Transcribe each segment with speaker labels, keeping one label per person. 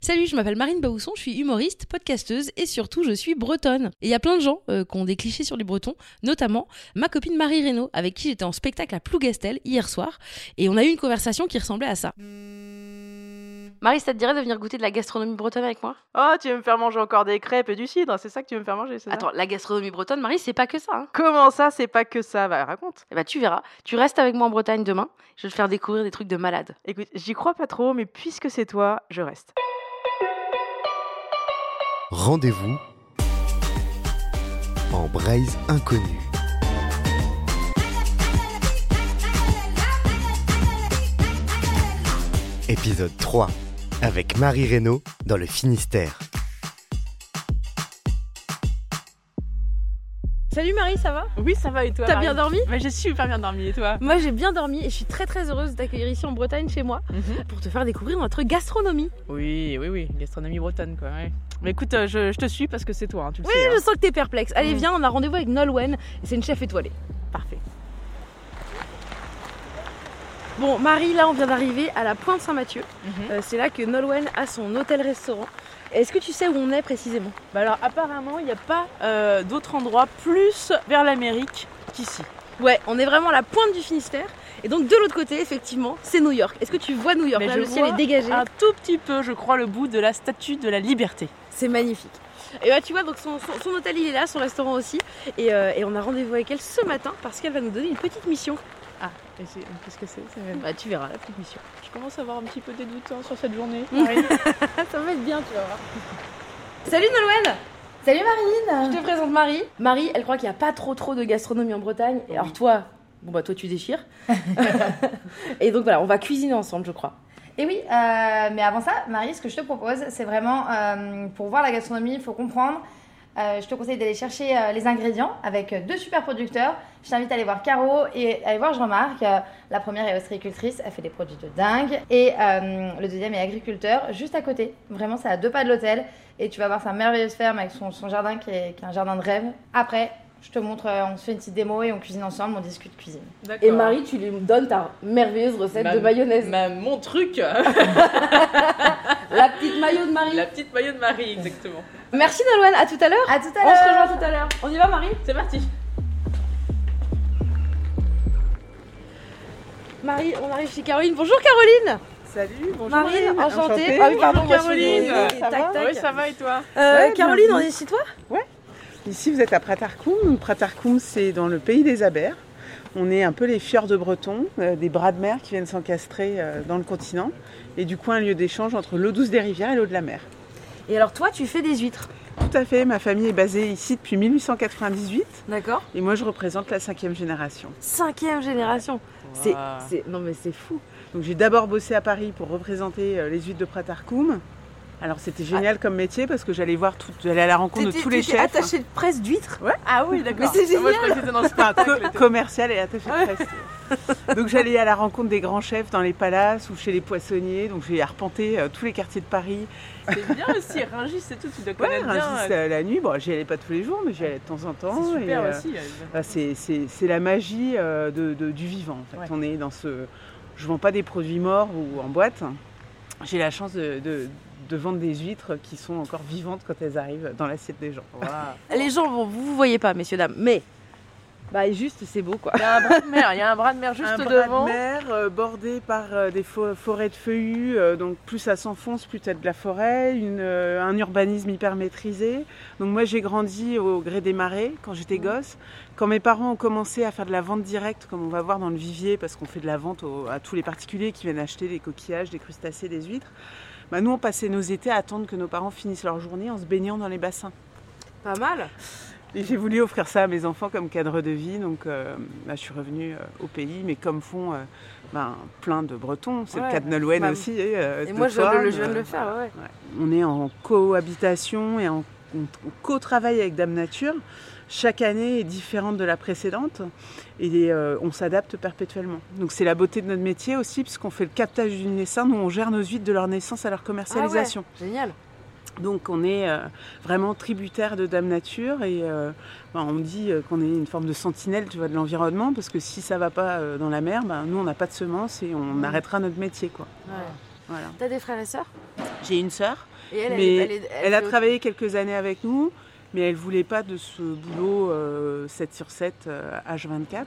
Speaker 1: Salut, je m'appelle Marine Baousson, je suis humoriste, podcasteuse et surtout je suis bretonne. Et il y a plein de gens euh, qui ont des clichés sur les bretons, notamment ma copine Marie Reynaud, avec qui j'étais en spectacle à Plougastel hier soir, et on a eu une conversation qui ressemblait à ça. Marie, ça te dirait de venir goûter de la gastronomie bretonne avec moi
Speaker 2: Oh, tu veux me faire manger encore des crêpes et du cidre, c'est ça que tu veux me faire manger, c'est ça
Speaker 1: Attends, la gastronomie bretonne, Marie, c'est pas que ça. Hein.
Speaker 2: Comment ça, c'est pas que ça Bah, raconte.
Speaker 1: Eh ben, tu verras. Tu restes avec moi en Bretagne demain. Je vais te faire découvrir des trucs de malade.
Speaker 2: Écoute, j'y crois pas trop, mais puisque c'est toi, je reste.
Speaker 3: Rendez-vous en braise inconnue. Épisode 3 avec Marie Reynaud dans le Finistère.
Speaker 1: Salut Marie, ça va
Speaker 2: Oui, ça va et toi
Speaker 1: T'as bien dormi
Speaker 2: Mais j'ai super bien dormi et toi
Speaker 1: Moi j'ai bien dormi et je suis très très heureuse de t'accueillir ici en Bretagne chez moi pour te faire découvrir notre gastronomie.
Speaker 2: Oui, oui, oui, gastronomie bretonne quoi. ouais. Mais écoute, euh, je, je te suis parce que c'est toi, hein, tu le
Speaker 1: Oui,
Speaker 2: sais.
Speaker 1: je
Speaker 2: hein.
Speaker 1: sens que t'es perplexe. Allez,
Speaker 2: Mm.
Speaker 1: viens, on a rendez-vous avec Nolwenn, c'est une chef étoilée.
Speaker 2: Parfait.
Speaker 1: Bon, Marie, là on vient d'arriver à la Pointe Saint-Mathieu.
Speaker 2: Mhm.
Speaker 1: Euh, c'est là que Nolwenn a son hôtel-restaurant. Est-ce que tu sais où on est précisément
Speaker 2: Bah alors apparemment, il n'y a pas euh, d'autre endroit plus vers l'Amérique qu'ici.
Speaker 1: Ouais, on est vraiment à la pointe du Finistère. Et donc de l'autre côté, effectivement, c'est New York. Est-ce que tu vois New York
Speaker 2: Mais
Speaker 1: Là,
Speaker 2: je
Speaker 1: le ciel
Speaker 2: vois
Speaker 1: est dégagé.
Speaker 2: Un tout petit peu, je crois, le bout de la statue de la liberté.
Speaker 1: C'est magnifique. Et bah tu vois, donc son, son- son hôtel il est là, son restaurant aussi. Et, euh, et on a rendez-vous avec elle ce matin parce qu'elle va nous donner une petite mission.
Speaker 2: Ah, et c'est- qu'est-ce que c'est c'est-
Speaker 1: Bah tu verras la petite mission.
Speaker 2: Je commence à avoir un petit peu des doutes hein, sur cette journée.
Speaker 1: Ah, ça va être bien, tu vas voir. Salut Nolwenn
Speaker 4: Salut Marine
Speaker 1: Je te présente Marie. Marie, elle croit qu'il n'y a pas trop trop de gastronomie en Bretagne. Et alors toi, bon bah toi tu déchires. et donc voilà, on va cuisiner ensemble je crois.
Speaker 4: Et oui, euh, mais avant ça, Marie, ce que je te propose, c'est vraiment, euh, pour voir la gastronomie, il faut comprendre. Euh, je te conseille d'aller chercher euh, les ingrédients avec euh, deux super producteurs. Je t'invite à aller voir Caro et à aller voir Jean-Marc. Euh, la première est ostréicultrice, elle fait des produits de dingue. Et euh, le deuxième est agriculteur, juste à côté. Vraiment, c'est à deux pas de l'hôtel. Et tu vas voir sa merveilleuse ferme avec son, son jardin qui est, qui est un jardin de rêve. Après, je te montre, euh, on se fait une petite démo et on cuisine ensemble, on discute cuisine.
Speaker 1: Et Marie, tu lui donnes ta merveilleuse recette
Speaker 2: Ma-
Speaker 1: de mayonnaise.
Speaker 2: Ma- mon truc,
Speaker 1: La petite maillot de Marie.
Speaker 2: la petite maillot de Marie, exactement.
Speaker 1: Merci Nolwenn, à tout à l'heure. Euh,
Speaker 4: À tout à
Speaker 1: On se
Speaker 4: l'heure
Speaker 1: rejoint tout à l'heure. On y va Marie
Speaker 2: C'est parti.
Speaker 1: Marie, on arrive chez Caroline. Bonjour Caroline
Speaker 5: Salut, bonjour.
Speaker 1: Marine, enchantée. Ah oui,
Speaker 5: oui, pardon,
Speaker 1: bonjour,
Speaker 5: moi, je suis
Speaker 1: Caroline.
Speaker 5: désolée.
Speaker 1: Oui,
Speaker 5: Ça
Speaker 1: tac,
Speaker 5: va
Speaker 1: tac.
Speaker 2: Oui, ça va et toi
Speaker 1: Euh,
Speaker 5: Ouais,
Speaker 1: Caroline, on
Speaker 5: bienvenue.
Speaker 1: est chez toi
Speaker 5: Ici, vous êtes à Pratarkoum. Pratarkoum, c'est dans le pays des abers. On est un peu les fjords de Breton, euh, des bras de mer qui viennent s'encastrer euh, dans le continent. Et du coup, un lieu d'échange entre l'eau douce des rivières et l'eau de la mer.
Speaker 1: Et alors toi, tu fais des huîtres.
Speaker 5: Tout à fait, ma famille est basée ici depuis 1898.
Speaker 1: D'accord
Speaker 5: Et moi, je représente la cinquième génération.
Speaker 1: Cinquième génération. C'est, c'est- non mais c'est fou.
Speaker 5: Donc, j'ai d'abord bossé à Paris pour représenter euh, les huîtres de Pratarkoum. Alors, c'était génial comme métier parce que j'allais voir, tout- j'allais à la rencontre de tous les chefs.
Speaker 1: attaché de presse d'huîtres.
Speaker 2: Ah oui, d'accord.
Speaker 1: Mais c'est
Speaker 2: Moi, je croyais que c'était dans le
Speaker 5: Enfin, co-
Speaker 2: spectacle.
Speaker 5: commercial et attaché de presse. Donc j'allais à la rencontre des grands chefs dans les palaces ou chez les poissonniers. Donc j'ai arpenté euh, tous les quartiers de Paris.
Speaker 2: C'est bien aussi, Ringis et tout, tu dois
Speaker 5: Ouais,
Speaker 2: connaître bien.
Speaker 5: Rungis,
Speaker 2: euh,
Speaker 5: euh, la nuit, bon, j'y allais pas tous les jours, mais j'y allais de temps en temps.
Speaker 2: C'est super
Speaker 5: et, euh,
Speaker 2: aussi. euh,
Speaker 5: bah, c'est- c'est c'est la magie euh, de- de- du vivant. En fait.
Speaker 2: Ouais.
Speaker 5: On est dans ce. Je vends pas des produits morts ou en boîte. J'ai la chance de, de- de vendre des huîtres qui sont encore vivantes quand elles arrivent dans l'assiette des gens.
Speaker 1: Les gens, bon, vous vous voyez pas, messieurs dames, mais bah juste, c'est beau quoi.
Speaker 2: Il y a un bras de mer, il y a un bras de mer juste
Speaker 5: un bras
Speaker 2: devant.
Speaker 5: de mer euh, bordé par euh, des fo- forêts de feuillus, euh, donc plus ça s'enfonce, plus tu de la forêt, une, euh, un urbanisme hyper maîtrisé. Donc moi j'ai grandi au gré des marées quand
Speaker 2: Mhm.
Speaker 5: j'étais gosse. Quand mes parents ont commencé à faire de la vente directe, comme on va voir dans le vivier, parce qu'on fait de la vente au- à tous les particuliers qui viennent acheter des coquillages, des crustacés, des huîtres, bah, nous on passait nos étés à attendre que nos parents finissent leur journée en se baignant dans les bassins.
Speaker 1: Pas mal.
Speaker 5: Et j'ai voulu offrir ça à mes enfants comme cadre de vie, donc euh, bah, je suis revenue euh, au pays, mais comme font euh, ben, plein de Bretons, c'est
Speaker 1: Ouais,
Speaker 5: le cas de Nolwenn
Speaker 1: bah,
Speaker 5: aussi. Et, euh,
Speaker 1: Et
Speaker 5: de
Speaker 1: moi, je,
Speaker 5: toi,
Speaker 1: le- je viens de
Speaker 5: euh,
Speaker 1: le faire, ouais.
Speaker 5: On est en cohabitation et en on- on co-travail avec Dame Nature. Chaque année est différente de la précédente et euh, on s'adapte perpétuellement. Donc c'est la beauté de notre métier aussi, puisqu'on fait le captage du naissance, nous on gère nos huîtres de leur naissance à
Speaker 1: Ah
Speaker 5: leur commercialisation.
Speaker 1: Génial.
Speaker 5: Donc on est euh, vraiment tributaire de Dame Nature et euh, ben, on dit euh, qu'on est une forme de sentinelle tu vois, de l'environnement parce que si ça va pas euh, dans la mer, ben, nous on n'a
Speaker 4: Mmh.
Speaker 5: pas de semences et on arrêtera notre métier. Quoi.
Speaker 1: Ouais.
Speaker 5: Voilà.
Speaker 1: T'as des frères et sœurs
Speaker 5: J'ai une sœur
Speaker 4: Et elle, elle
Speaker 5: Mais
Speaker 4: est- elle est- elle
Speaker 5: Elle a
Speaker 4: fait-
Speaker 5: travaillé quelques années avec nous, mais elle voulait pas de ce boulot euh, 7 sur 7 euh, H24.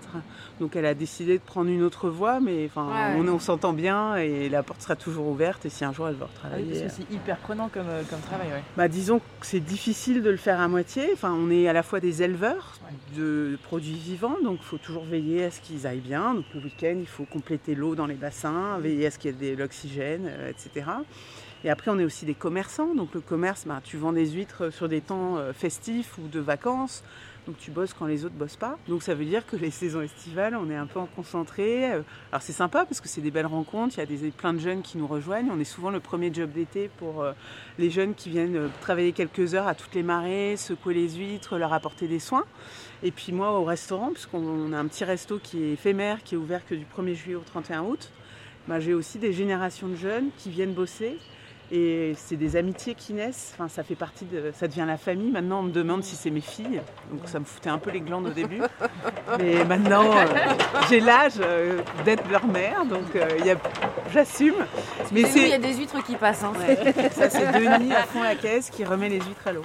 Speaker 5: Donc elle a décidé de prendre une autre voie, mais enfin,
Speaker 4: Ouais,
Speaker 5: on,
Speaker 4: ouais.
Speaker 5: on s'entend bien et la porte sera toujours ouverte. Et si un jour elle veut
Speaker 2: Ah oui,
Speaker 5: retravailler.
Speaker 2: parce que c'est hyper prenant comme, euh, comme travail, ouais.
Speaker 5: Bah, disons que c'est difficile de le faire à moitié. Enfin, on est à la fois des éleveurs de produits vivants, donc il faut toujours veiller à ce qu'ils aillent bien. Donc le week-end, il faut compléter l'eau dans les bassins, veiller à ce qu'il y ait de l'oxygène, euh, etc. Et après, on est aussi des commerçants. Donc le commerce, bah, tu vends des huîtres sur des temps euh, festifs ou de vacances. Donc tu bosses quand les autres bossent pas. Donc ça veut dire que les saisons estivales, on est un peu en concentré. Euh, Alors c'est sympa parce que c'est des belles rencontres. Il y a des, plein de jeunes qui nous rejoignent. On est souvent le premier job d'été pour euh, les jeunes qui viennent euh, travailler quelques heures à toutes les marées, secouer les huîtres, leur apporter des soins. Et puis moi au restaurant, puisqu'on on a un petit resto qui est éphémère, qui est ouvert que du 1er juillet au 31 août, bah, j'ai aussi des générations de jeunes qui viennent bosser. Et c'est des amitiés qui naissent, enfin, ça fait partie de. ça devient la famille. Maintenant on me demande si c'est mes filles, donc ça me foutait un peu les glandes au début. Mais maintenant euh, j'ai l'âge euh, d'être leur mère, donc euh, il y a- j'assume. Mais
Speaker 4: Chez nous, il y a des huîtres qui passent. hein.
Speaker 5: Ouais, ça c'est Denis à fond la caisse qui remet les huîtres à l'eau.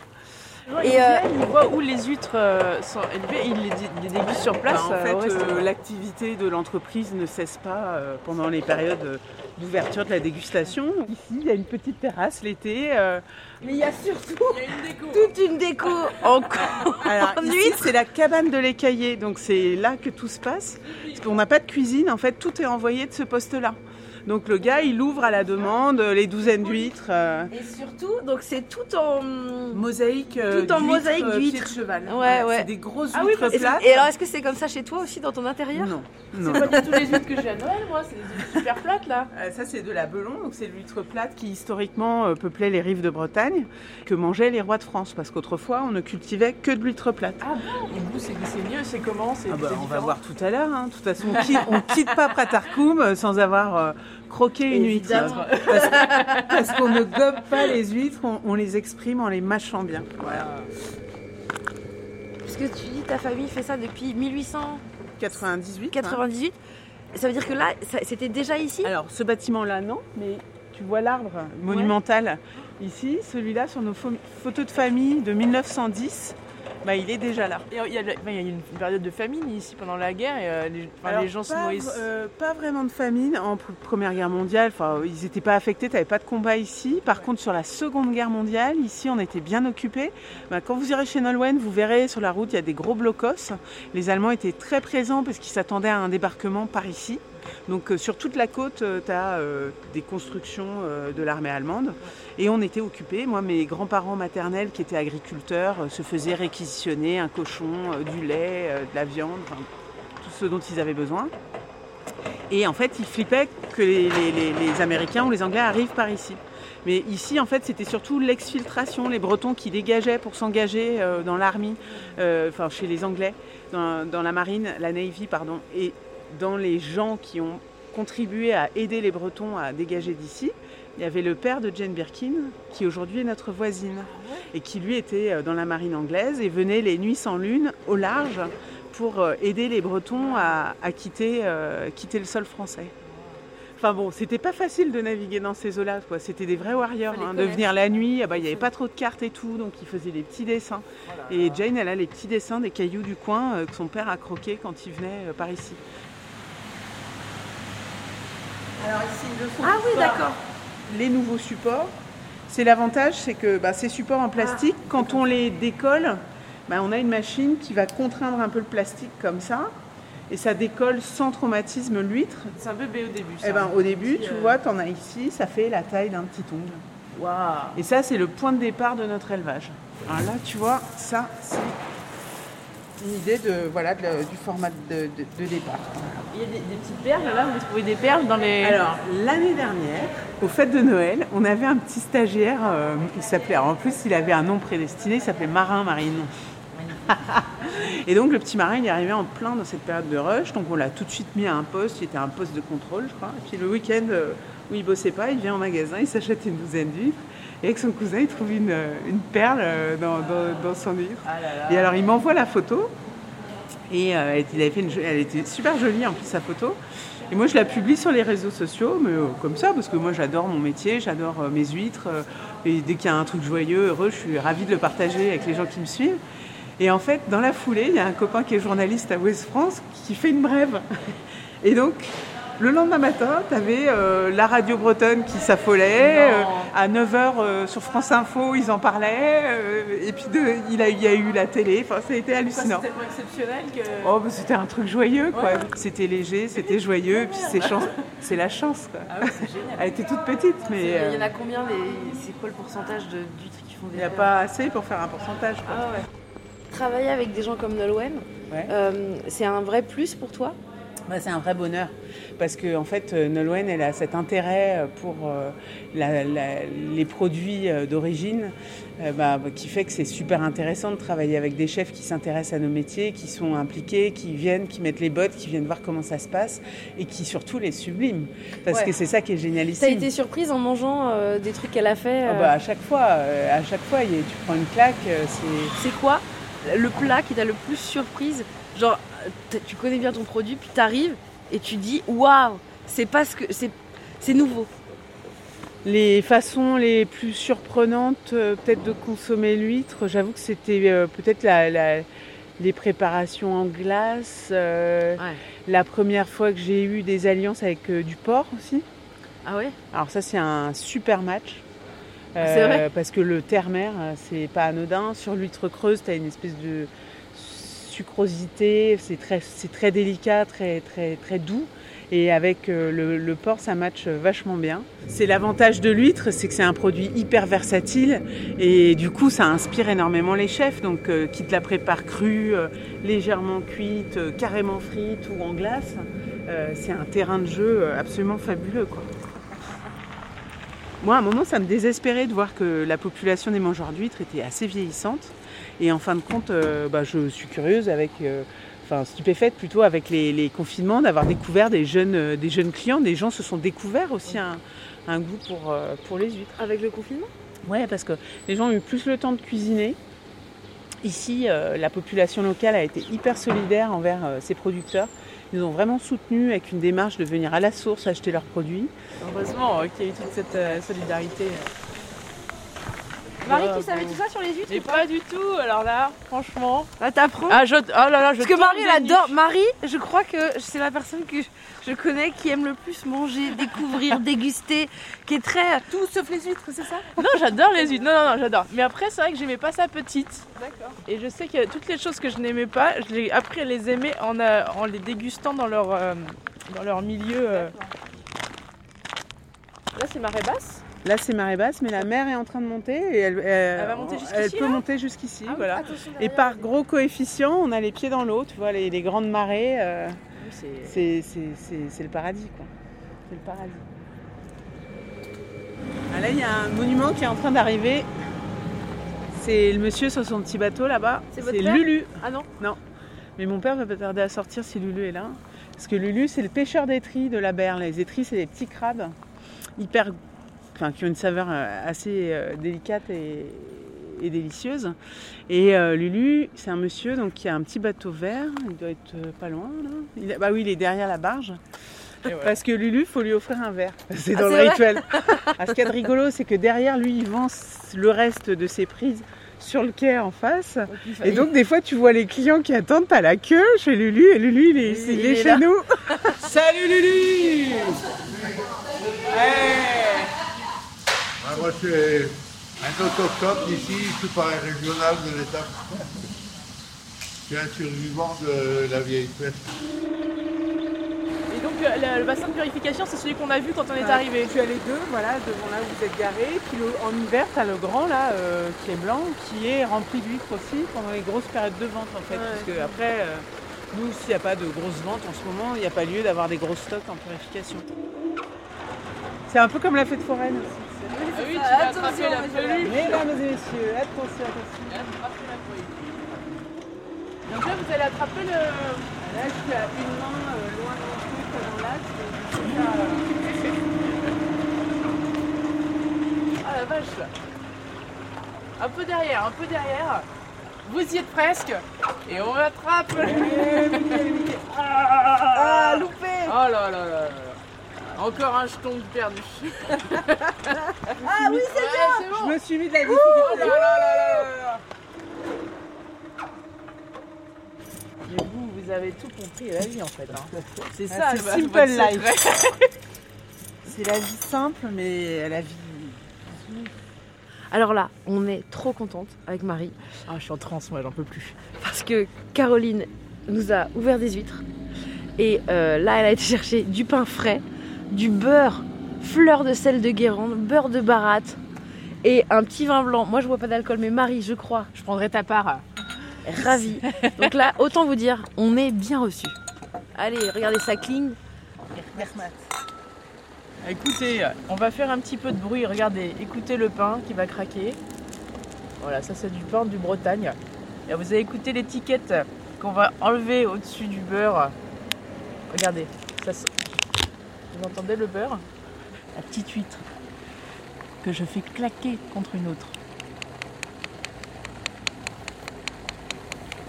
Speaker 6: Et
Speaker 4: Et, euh,
Speaker 6: il voit où les huîtres euh, sont élevées, il les, dé- les dégustent sur place.
Speaker 5: Bah, en
Speaker 6: euh,
Speaker 5: fait,
Speaker 6: au reste.
Speaker 5: euh, l'activité de l'entreprise ne cesse pas euh, pendant les périodes euh, d'ouverture de la dégustation. Ici, il y a une petite terrasse l'été. euh, mais il y a surtout
Speaker 4: Toute une déco en
Speaker 5: Alors,
Speaker 4: En
Speaker 5: ici, c'est la cabane de l'écaillé, donc c'est là que tout se passe. Parce qu'on n'a pas de cuisine, en fait, tout est envoyé de ce poste-là. Donc le gars, il ouvre à la demande euh, les douzaines d'huîtres. euh,
Speaker 4: Et surtout, donc c'est tout en.
Speaker 5: Mosaïque, euh,
Speaker 4: Tout en mosaïque d'huîtres.
Speaker 5: pied de cheval.
Speaker 4: Ouais, ouais.
Speaker 5: C'est des grosses
Speaker 6: Ah oui,
Speaker 5: huîtres
Speaker 4: Et,
Speaker 5: plates.
Speaker 4: et alors, est-ce que c'est comme ça chez toi aussi, dans ton intérieur
Speaker 5: Non.
Speaker 6: C'est
Speaker 5: non.
Speaker 6: pas du tout les huîtres que j'ai à Noël, moi, c'est des huîtres super plates là.
Speaker 5: Euh, Ça, c'est de la belon, donc c'est l'huître plate qui historiquement euh, peuplait les rives de Bretagne, que mangeaient les rois de France, parce qu'autrefois, on ne cultivait que de l'huître plate.
Speaker 6: Et vous, c'est c'est mieux, c'est comment c'est-
Speaker 5: Ah bah,
Speaker 6: c'est
Speaker 5: on va
Speaker 6: différent
Speaker 5: voir tout à l'heure. hein. De toute façon, on quitte, on quitte pas Pratarkum euh, sans avoir euh, croqué une huître.
Speaker 6: Évidemment.
Speaker 5: Parce, parce qu'on ne gobe pas les huîtres, on, on les exprime en les mâchant bien. Voilà.
Speaker 4: Parce que tu dis, ta famille fait ça depuis 1898.
Speaker 5: 98. hein.
Speaker 1: Hein.
Speaker 4: Ça veut dire que là, ça- c'était déjà ici
Speaker 5: Alors, ce bâtiment-là, non, mais tu vois l'arbre monumental ici. Celui-là, sur nos pho- photos de famille de 1910, bah, il est déjà là.
Speaker 6: Et, euh, Il y, a la- enfin, il y a eu une période de famine ici pendant la guerre et euh, les, enfin,
Speaker 5: Alors,
Speaker 6: les gens se
Speaker 5: pas,
Speaker 6: nourrissent.
Speaker 5: euh, pas vraiment de famine en pr- Première Guerre mondiale. Enfin, ils n'étaient pas affectés. T'avais pas de combat ici. Par contre, sur la Seconde Guerre mondiale, ici, on était bien occupés. Bah, quand vous irez chez Nolwenn, vous verrez sur la route, il y a des gros blocos. Les Allemands étaient très présents parce qu'ils s'attendaient à un débarquement par ici. Donc euh, sur toute la côte, tu as des constructions euh, de l'armée allemande. Et on était occupés. Moi, mes grands-parents maternels qui étaient agriculteurs euh, se faisaient réquisitionner un cochon, euh, du lait, euh, de la viande, enfin, tout ce dont ils avaient besoin. Et en fait, ils flippaient que les, les- les- les Américains ou les Anglais arrivent par ici. Mais ici, en fait, c'était surtout l'exfiltration, les Bretons qui dégageaient pour s'engager euh, dans l'armée, euh, enfin chez les Anglais, dans, dans la marine, la Navy, pardon, et dans les gens qui ont contribué à aider les Bretons à dégager d'ici. Il y avait le père de Jane Birkin, qui aujourd'hui est notre voisine, et qui lui était euh, dans la marine anglaise et venait les nuits sans lune au large pour euh, aider les Bretons à, à quitter, euh, quitter le sol français. Enfin bon, c'était pas facile de naviguer dans ces eaux-là, quoi. C'était des vrais warriors,
Speaker 4: Fallait
Speaker 5: hein, de
Speaker 4: connaître.
Speaker 5: venir la nuit. Ah bah, il n'y avait pas trop de cartes et tout, donc ils faisaient des petits dessins. Et Jane, elle a les petits dessins des cailloux du coin euh, que son père a croqués quand il venait euh, par ici. Alors ici, le Ah oui, d'accord. Les nouveaux supports. C'est l'avantage, c'est que bah, ces supports en plastique, quand on les décolle, bah, on a une machine qui va contraindre un peu le plastique comme ça. Et ça décolle sans traumatisme l'huître.
Speaker 6: C'est un bébé au début.
Speaker 5: Eh
Speaker 6: ça.
Speaker 5: ben, au début,
Speaker 6: Petit,
Speaker 5: tu
Speaker 6: euh,
Speaker 5: vois, t'en as ici, ça fait la taille d'un petit ongle.
Speaker 6: Waouh.
Speaker 5: Et ça, c'est le point de départ de notre élevage. Alors là, tu vois, ça, c'est une idée de, voilà, de la- du format de, de- de départ.
Speaker 6: Il y a des, des petites perles là, vous trouvez des perles dans les.
Speaker 5: Alors, l'année dernière, aux fêtes de Noël, on avait un petit stagiaire, euh, il s'appelait, alors en plus, il avait un nom prédestiné, il s'appelait Marin Marine. Et donc le petit marin, il est arrivé en plein dans cette période de rush, donc on l'a tout de suite mis à un poste, qui était un poste de contrôle, je crois. Et puis le week-end euh, où il bossait pas, il vient au magasin, il s'achète une douzaine d'huîtres, et avec son cousin, il trouve une, euh, une perle euh, dans, dans- dans son huître. Et alors il m'envoie la photo, et euh, elle, était- il avait fait une jo- elle était super jolie en plus sa photo. Et moi, je la publie sur les réseaux sociaux, mais euh, comme ça, parce que moi, j'adore mon métier, j'adore euh, mes huîtres. euh, et dès qu'il y a un truc joyeux, heureux, je suis ravie de le partager avec les gens qui me suivent. Et en fait, dans la foulée, il y a un copain qui est journaliste à Ouest France qui fait une brève. Et donc, le lendemain matin, tu avais la radio bretonne qui s'affolait. euh, à 9h sur France Info, ils en parlaient. euh, et puis, de- il, a, il y a eu la télé. Enfin, ça a été hallucinant.
Speaker 6: tellement exceptionnel que.
Speaker 5: Oh, bah, c'était un truc joyeux, quoi.
Speaker 6: Ouais.
Speaker 5: C'était léger, c'était joyeux, et puis c'est chance, c'est la chance, quoi.
Speaker 6: Ah ouais, c'est génial.
Speaker 5: Elle était toute petite, mais
Speaker 6: Il y en
Speaker 5: euh,
Speaker 6: a combien les- C'est quoi le pourcentage de- d'huîtres qui font des
Speaker 5: il n'y a
Speaker 6: rêves
Speaker 5: pas assez pour faire un pourcentage, quoi.
Speaker 6: Ah ouais.
Speaker 1: Travailler avec des gens comme Nolwenn,
Speaker 5: Ouais.
Speaker 1: euh, c'est un vrai plus pour toi
Speaker 5: Bah, c'est un vrai bonheur parce que en fait euh, Nolwenn elle a cet intérêt euh, pour euh, la- la- les produits euh, d'origine euh, bah, qui fait que c'est super intéressant de travailler avec des chefs qui s'intéressent à nos métiers, qui sont impliqués, qui viennent, qui mettent les bottes, qui viennent voir comment ça se passe et qui surtout les subliment parce
Speaker 1: Ouais.
Speaker 5: que c'est ça qui est
Speaker 1: T'as
Speaker 5: génialissime.
Speaker 1: été surprise en mangeant euh, des trucs qu'elle a fait
Speaker 5: Ah
Speaker 1: euh,
Speaker 5: bah, à chaque fois, euh, à chaque fois, il y a- tu prends une claque, euh, c'est
Speaker 6: C'est quoi le plat qui t'a le plus surprise Genre, t- tu connais bien ton produit, puis t'arrives et tu dis waouh, c'est pas ce que c'est, c'est nouveau.
Speaker 5: les façons les plus surprenantes euh, peut-être de consommer l'huître. J'avoue que c'était euh, peut-être la, la- les préparations en glace, euh,
Speaker 6: Ouais.
Speaker 5: la première fois que j'ai eu des alliances avec euh, du porc aussi.
Speaker 6: Ah ouais
Speaker 5: Alors ça c'est un super match.
Speaker 6: Ah,
Speaker 5: Euh,
Speaker 6: C'est vrai
Speaker 5: parce que le terre-mer, euh, c'est pas anodin. Sur l'huître creuse, tu as une espèce de sucrosité, c'est très, c'est très délicat, très, très, très doux. Et avec euh, le, le porc, ça match vachement bien. C'est l'avantage de l'huître, c'est que c'est un produit hyper versatile. Et du coup, ça inspire énormément les chefs, donc euh, qui te la préparent crue, euh, légèrement cuite, euh, carrément frite ou en glace. Euh, c'est un terrain de jeu euh, absolument fabuleux. Quoi. Moi, à un moment, ça me désespérait de voir que la population des mangeurs d'huîtres était assez vieillissante. Et en fin de compte, euh, bah, je suis curieuse avec. euh, Enfin, stupéfaite plutôt avec les, les confinements, d'avoir découvert des jeunes, euh, des jeunes clients, des gens se sont découverts aussi un, un goût pour, euh, pour les huîtres.
Speaker 6: Avec le confinement
Speaker 5: Ouais, parce que les gens ont eu plus le temps de cuisiner. Ici, euh, la population locale a été hyper solidaire envers euh, ses producteurs. Ils nous ont vraiment soutenus avec une démarche de venir à la source acheter leurs produits.
Speaker 2: Heureusement euh, qu'il y a eu toute cette euh, solidarité.
Speaker 6: Marie, tu savais tout ça sur les huîtres
Speaker 2: Et pas du tout, alors là, franchement.
Speaker 6: Là, t'apprends.
Speaker 2: Ah, je... oh là là, je
Speaker 6: Parce que
Speaker 2: tombe
Speaker 6: Marie, elle
Speaker 2: des
Speaker 6: adore.
Speaker 2: nues.
Speaker 6: Marie, je crois que c'est la personne que je- je connais qui aime le plus manger, découvrir, déguster, qui est très.
Speaker 2: Tout sauf les huîtres, c'est ça Non, j'adore les huîtres. Non, non, non, j'adore. Mais après, c'est vrai que j'aimais pas ça petite. D'accord. Et je sais que toutes les choses que je n'aimais pas, je l'ai appris à les aimer en, euh, en les dégustant dans leur, euh, dans leur milieu. euh. Là, c'est marée basse.
Speaker 5: Là, c'est marée basse, mais la mer est en train de monter. Et elle, elle-
Speaker 2: Elle va monter jusqu'ici,
Speaker 5: Elle peut
Speaker 2: là
Speaker 5: monter jusqu'ici,
Speaker 2: Ah oui.
Speaker 5: voilà. Et par gros coefficient, on a les pieds dans l'eau, tu vois, les, les grandes marées, euh, c'est c'est- c'est- c'est le paradis, quoi. C'est le paradis. Ah, là, il y a un monument qui est en train d'arriver. C'est le monsieur sur son petit bateau là-bas.
Speaker 6: C'est votre
Speaker 5: C'est
Speaker 6: père
Speaker 5: Lulu.
Speaker 6: Ah non
Speaker 5: Mais mon père va pas tarder à sortir si Lulu est là. Parce que Lulu, c'est le pêcheur d'étris de la berle. Les étris, c'est des petits crabes hyper, enfin, qui ont une saveur euh, assez euh, délicate et, et délicieuse. Et euh, Lulu, c'est un monsieur donc, qui a un petit bateau vert. Il doit être euh, pas loin. Là. Il a- bah oui, il est derrière la barge. Parce que Lulu, faut lui offrir un verre. Ah, C'est dans
Speaker 6: c'est
Speaker 5: le
Speaker 6: vrai
Speaker 5: rituel. Ah, ce qu'il y a de rigolo, c'est que derrière lui, il vend s- le reste de ses prises sur le quai en face. Et donc, des fois, tu vois les clients qui attendent, t'as la queue chez Lulu, et Lulu, il est, ici, il
Speaker 6: Il
Speaker 5: est
Speaker 6: est
Speaker 5: chez
Speaker 6: là.
Speaker 5: nous. Salut Lulu Hey
Speaker 7: Ah, moi, je suis un autochtone d'ici, je suis pareil régional de l'État. Je suis un survivant de la vieille peste.
Speaker 2: Et donc, euh, le, le bassin de purification, c'est celui qu'on a vu quand on est arrivé.
Speaker 5: Tu as les deux, voilà, devant là où vous êtes garés. Puis le- en hiver, t'as le grand, là, euh, qui est blanc, qui est rempli d'huîtres aussi, pendant les grosses périodes de vente, en fait.
Speaker 2: Ouais.
Speaker 5: Parce que après, euh, nous, s'il n'y a pas de grosses ventes en ce moment, il n'y a pas lieu d'avoir des gros stocks en purification. C'est un peu comme la fête foraine aussi. c'est-
Speaker 2: Ah oui, tu vas attraper la peluche.
Speaker 5: Mesdames et messieurs, attention, attention.
Speaker 2: Donc là, vous allez attraper le...
Speaker 5: Là, je suis à une main euh, loin de mon truc euh, dans l'axe. et je suis là,
Speaker 2: Ah la vache Un peu derrière, un peu derrière. Vous y êtes presque. Et on attrape
Speaker 5: euh, nickel, nickel.
Speaker 2: Ah,
Speaker 5: loupé
Speaker 2: là là là là là. Encore un jeton de perdu. ah oui, c'est bien C'est bon
Speaker 5: Je me suis mis de la
Speaker 2: Oh là là là là là là. Mais vous, vous avez tout compris à la vie en fait. hein. C'est ça,
Speaker 5: c'est
Speaker 2: le-
Speaker 5: simple
Speaker 2: votre
Speaker 5: life.
Speaker 2: secret.
Speaker 5: C'est la vie simple, mais la vie.
Speaker 1: Alors là, on est trop contente avec Marie
Speaker 2: Ah, je suis en transe, moi, j'en peux plus.
Speaker 1: parce que Caroline nous a ouvert des huîtres et euh, là, elle a été chercher du pain frais, du beurre, fleur de sel de Guérande, beurre de baratte et un petit vin blanc. Moi, je bois pas d'alcool, mais Marie, je crois,
Speaker 2: Je prendrai ta part.
Speaker 1: ravie. Donc là, autant vous dire, on est bien reçus. Allez, regardez ça cligne.
Speaker 2: Écoutez, on va faire un petit peu de bruit. Regardez, écoutez le pain qui va craquer. Voilà, ça c'est du pain du Bretagne. Et vous avez écouté l'étiquette qu'on va enlever au-dessus du beurre. Regardez, ça s- Vous entendez le beurre La petite huître que je fais claquer contre une autre.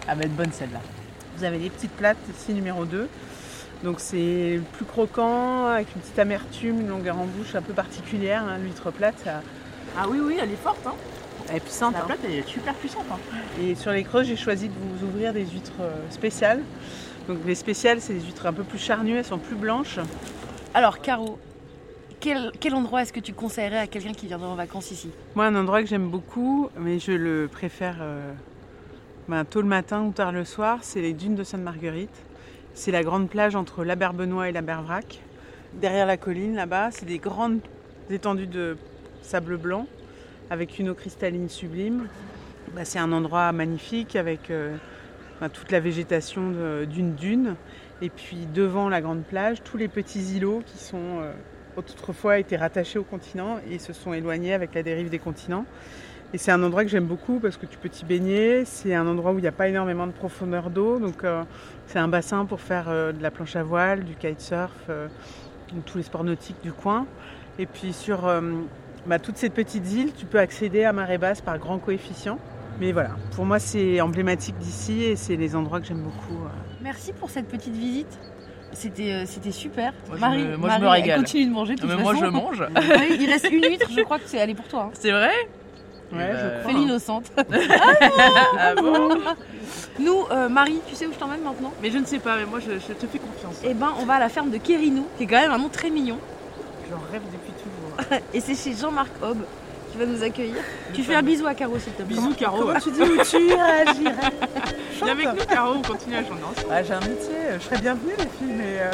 Speaker 2: Ah, mais elle est bonne celle-là.
Speaker 5: Vous avez des petites plates ici, numéro 2. Donc c'est plus croquant, avec une petite amertume, une longueur en bouche un peu particulière. hein, L'huître plate, ça-
Speaker 2: Ah oui, oui, elle est forte. Hein.
Speaker 5: elle est puissante. hein.
Speaker 2: elle est super puissante.
Speaker 5: Et sur les creuses, j'ai choisi de vous ouvrir des huîtres euh, spéciales. Donc les spéciales, c'est des huîtres un peu plus charnues, elles sont plus blanches.
Speaker 8: Alors, Caro, quel, quel endroit est-ce que tu conseillerais à quelqu'un qui viendrait en vacances ici
Speaker 5: Moi, un endroit que j'aime beaucoup, mais je le préfère euh, ben, tôt le matin ou tard le soir, c'est les dunes de Sainte-Marguerite. C'est la grande plage entre la Benoît et la Vrac. Derrière la colline, là-bas, c'est des grandes étendues de sable blanc avec une eau cristalline sublime. Ben, c'est un endroit magnifique avec euh, ben, toute la végétation de- d'une dune. Et puis devant la grande plage, tous les petits îlots qui sont euh, autrefois étaient rattachés au continent et se sont éloignés avec la dérive des continents. Et c'est un endroit que j'aime beaucoup parce que tu peux t'y baigner. C'est un endroit où il n'y a pas énormément de profondeur d'eau. Donc euh, c'est un bassin pour faire euh, de la planche à voile, du kitesurf, euh, donc tous les sports nautiques du coin. Et puis sur euh, bah, toutes ces petites îles, tu peux accéder à marée basse par grand coefficient. Mais voilà, pour moi c'est emblématique d'ici et c'est les endroits que j'aime beaucoup. euh,
Speaker 8: Merci pour cette petite visite. C'était euh, c'était super.
Speaker 2: Moi, je
Speaker 8: Marie,
Speaker 2: me- moi, je me
Speaker 8: Marie, elle
Speaker 2: régale.
Speaker 8: continue de manger. de toute
Speaker 2: Mais moi
Speaker 8: façon.
Speaker 2: je mange.
Speaker 8: Oui, il reste une huître, je crois que c'est allé pour toi. hein.
Speaker 2: C'est vrai
Speaker 5: Ouais,
Speaker 2: bah,
Speaker 5: je crois.
Speaker 8: Fais l'innocente.
Speaker 2: Ah bon
Speaker 8: Nous, euh, Marie, tu sais où je t'emmène maintenant
Speaker 2: Mais je ne sais pas, mais moi je, je te fais confiance.
Speaker 8: Eh ben, on va à la ferme de Kérino, qui est quand même un nom très mignon.
Speaker 5: J'en rêve depuis toujours.
Speaker 8: Et c'est chez Jean-Marc Hobb qui va nous accueillir. Tu fais un bisou à Caro, s'il te plaît.
Speaker 2: Bisous Caro.
Speaker 5: Comment tu dis où tu réagirais
Speaker 2: Viens avec nous Caro, on continue à chanter ensemble.
Speaker 5: Ah, j'ai un métier, je serais bienvenue les filles, mais... euh,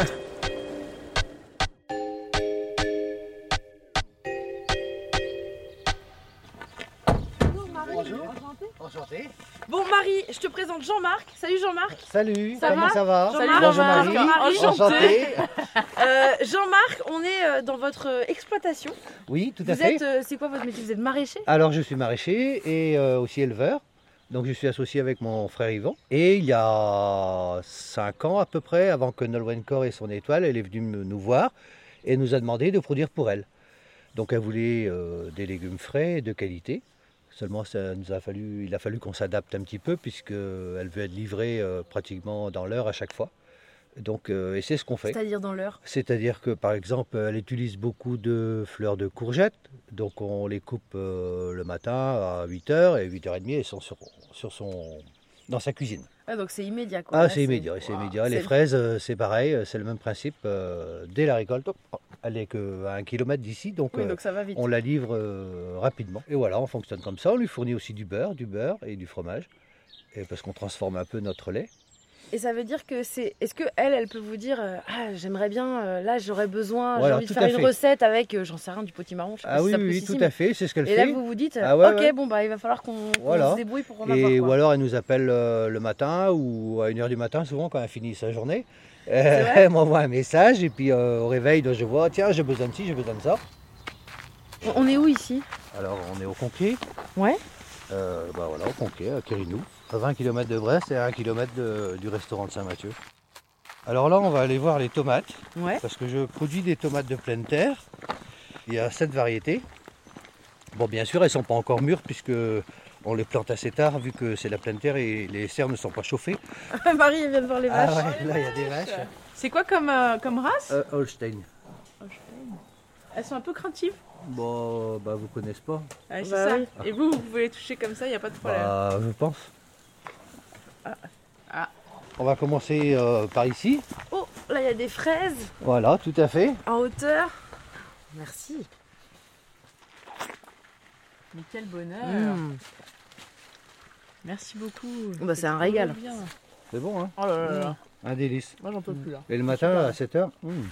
Speaker 9: Enchanté.
Speaker 1: Bon Marie, je te présente Jean-Marc. Salut Jean-Marc.
Speaker 9: Ah, Salut,
Speaker 1: Ça
Speaker 9: comment
Speaker 1: va
Speaker 9: ça va
Speaker 1: Jean-Marc.
Speaker 9: Bonjour
Speaker 1: Jean-Marc.
Speaker 9: Marie,
Speaker 1: Jean-Marc.
Speaker 9: enchanté.
Speaker 1: Euh, Jean-Marc, on est euh, dans votre euh, exploitation.
Speaker 9: Oui, tout à
Speaker 1: Vous
Speaker 9: fait.
Speaker 1: êtes, euh, c'est quoi votre métier Vous êtes maraîcher
Speaker 9: Alors, je suis maraîcher et euh, aussi éleveur. Donc, je suis associé avec mon frère Yvan. Et il y a 5 ans à peu près, avant que Nolwenn Corr ait son étoile, elle est venue me- nous voir et nous a demandé de produire pour elle. Donc, elle voulait euh, des légumes frais et de qualité. Seulement, ça nous a fallu, il a fallu qu'on s'adapte un petit peu puisque elle veut être livrée euh, pratiquement dans l'heure à chaque fois. Donc, euh, et c'est ce qu'on fait.
Speaker 1: C'est-à-dire dans l'heure.
Speaker 9: C'est-à-dire que par exemple, elle utilise beaucoup de fleurs de courgettes, donc on les coupe euh, le matin à 8h et 8h30, elles sont sur, sur son, dans sa cuisine.
Speaker 1: Ah, donc c'est immédiat quoi.
Speaker 9: Ah,
Speaker 1: Là,
Speaker 9: c'est immédiat, c'est
Speaker 1: Waouh,
Speaker 9: immédiat. Les
Speaker 1: c'est-
Speaker 9: fraises, euh, c'est pareil, euh, c'est le même principe. euh, dès la récolte, hop, elle est qu'à un kilomètre d'ici, donc,
Speaker 1: Oui,
Speaker 9: euh,
Speaker 1: donc ça va vite.
Speaker 9: on la livre euh, rapidement. Et voilà, on fonctionne comme ça. On lui fournit aussi du beurre, du beurre et du fromage, et parce qu'on transforme un peu notre lait.
Speaker 1: Et ça veut dire que c'est. Est-ce que elle, elle peut vous dire euh, Ah, j'aimerais bien, euh, là j'aurais besoin, j'ai
Speaker 9: Voilà,
Speaker 1: envie de
Speaker 9: tout
Speaker 1: faire
Speaker 9: à
Speaker 1: une
Speaker 9: fait.
Speaker 1: recette avec, euh, j'en sais rien, du potimarron, je sais pas
Speaker 9: Ah
Speaker 1: si
Speaker 9: oui,
Speaker 1: ça
Speaker 9: oui,
Speaker 1: pousse
Speaker 9: oui,
Speaker 1: ici,
Speaker 9: tout
Speaker 1: mais-
Speaker 9: à fait, c'est ce qu'elle
Speaker 1: Et
Speaker 9: fait.
Speaker 1: là vous vous dites
Speaker 9: Ah ouais,
Speaker 1: Ok,
Speaker 9: ouais.
Speaker 1: bon bah il va falloir qu'on qu'on
Speaker 9: Voilà.
Speaker 1: se débrouille pour en avoir.
Speaker 9: Et,
Speaker 1: quoi.
Speaker 9: ou alors elle nous appelle euh, le matin ou à 1h du matin, souvent quand elle finit sa journée.
Speaker 1: C'est
Speaker 9: Euh,
Speaker 1: vrai
Speaker 9: elle m'envoie un message et puis euh, au réveil, donc, je vois, tiens, j'ai besoin de ci, j'ai besoin de ça.
Speaker 1: On- On est où ici
Speaker 9: Alors on est au Conquet.
Speaker 1: Ouais.
Speaker 9: Euh, bah voilà, au Conquet, à Quérinou, à 20 km de Brest et à 1 km du restaurant de Saint-Mathieu. Alors là, on va aller voir les tomates,
Speaker 1: Ouais.
Speaker 9: parce que je produis des tomates de pleine terre. Il y a sept variétés. Bon, bien sûr, elles ne sont pas encore mûres, puisque On les plante assez tard vu que c'est la pleine terre et les serres ne sont pas chauffées.
Speaker 6: Marie, elle vient de voir les
Speaker 9: Ah
Speaker 6: vaches.
Speaker 9: ouais, là il y a des vaches.
Speaker 2: C'est quoi comme, euh, comme race
Speaker 9: Euh, Holstein.
Speaker 2: Elles sont un peu craintives.
Speaker 9: Bon, bah vous connaissez pas.
Speaker 2: Ouais, c'est
Speaker 6: Bah
Speaker 2: ça.
Speaker 6: oui.
Speaker 2: Et vous, vous pouvez les toucher comme ça, il n'y a pas de problème.
Speaker 9: Bah, je pense.
Speaker 2: Ah.
Speaker 9: On va commencer euh, par ici.
Speaker 6: Oh, là, il y a des fraises
Speaker 9: Voilà, tout à fait.
Speaker 6: en hauteur. Merci.
Speaker 2: Mais quel bonheur
Speaker 6: Mmh.
Speaker 2: Merci beaucoup.
Speaker 6: Bah, c'est un
Speaker 2: trop
Speaker 6: régal.
Speaker 2: bien.
Speaker 9: C'est bon, hein
Speaker 2: Oh là là
Speaker 5: Hmm.
Speaker 2: là.
Speaker 9: Un délice.
Speaker 2: Moi, j'en peux plus là.
Speaker 9: Et le matin à 7h
Speaker 2: Hmm.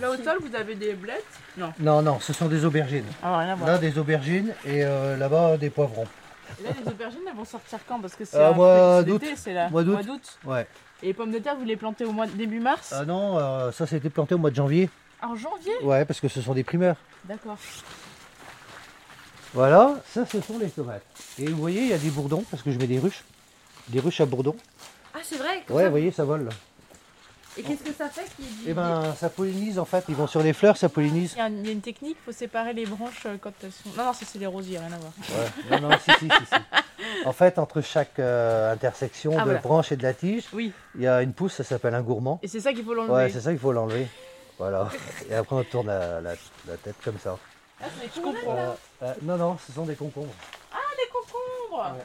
Speaker 2: Là au sol, vous avez des blettes Non.
Speaker 9: Non, non, ce sont des aubergines.
Speaker 5: Ah,
Speaker 2: Alors rien à voir.
Speaker 9: Là, des aubergines et euh, là-bas, des poivrons.
Speaker 2: Et là, les aubergines, elles vont sortir quand Parce que c'est
Speaker 9: Euh,
Speaker 2: un
Speaker 9: mois
Speaker 2: peu- c'est
Speaker 9: d'août.
Speaker 2: l'été, c'est là.
Speaker 9: Mois d'août. Ouais.
Speaker 2: Et les pommes de terre, vous les plantez au mois début mars
Speaker 9: Ah non, euh, ça, ça a été planté au mois de janvier.
Speaker 2: En janvier
Speaker 9: Ouais, parce que ce sont des primeurs.
Speaker 2: D'accord.
Speaker 9: Voilà, ça, ce sont les tomates. Et vous voyez, il y a des bourdons, parce que je mets des ruches. Des ruches à bourdons.
Speaker 6: Ah, c'est vrai
Speaker 9: Ouais, vous voyez, ça vole.
Speaker 6: Et qu'est-ce que ça fait qu'il y
Speaker 9: Et ben, ça pollinise, en fait. Ils vont sur les fleurs, ça pollinise.
Speaker 2: Il y, a un- il y a une technique, il faut séparer les branches euh, quand elles sont. Non, non, ça c'est les rosiers, rien à voir.
Speaker 9: Ouais. Non, non, si, si, si, si. En fait, entre chaque euh, intersection
Speaker 2: Ah,
Speaker 9: de
Speaker 2: voilà.
Speaker 9: branche et de la tige,
Speaker 2: Oui.
Speaker 9: il y a une pousse, ça s'appelle un gourmand.
Speaker 2: Et c'est ça qu'il faut
Speaker 9: Ouais,
Speaker 2: l'enlever.
Speaker 9: c'est ça qu'il faut l'enlever. Voilà. Et après, on tourne la, la- la tête comme ça.
Speaker 2: je comprends.
Speaker 9: Euh, euh, non, non, ce sont des concombres.
Speaker 2: Ah, Les concombres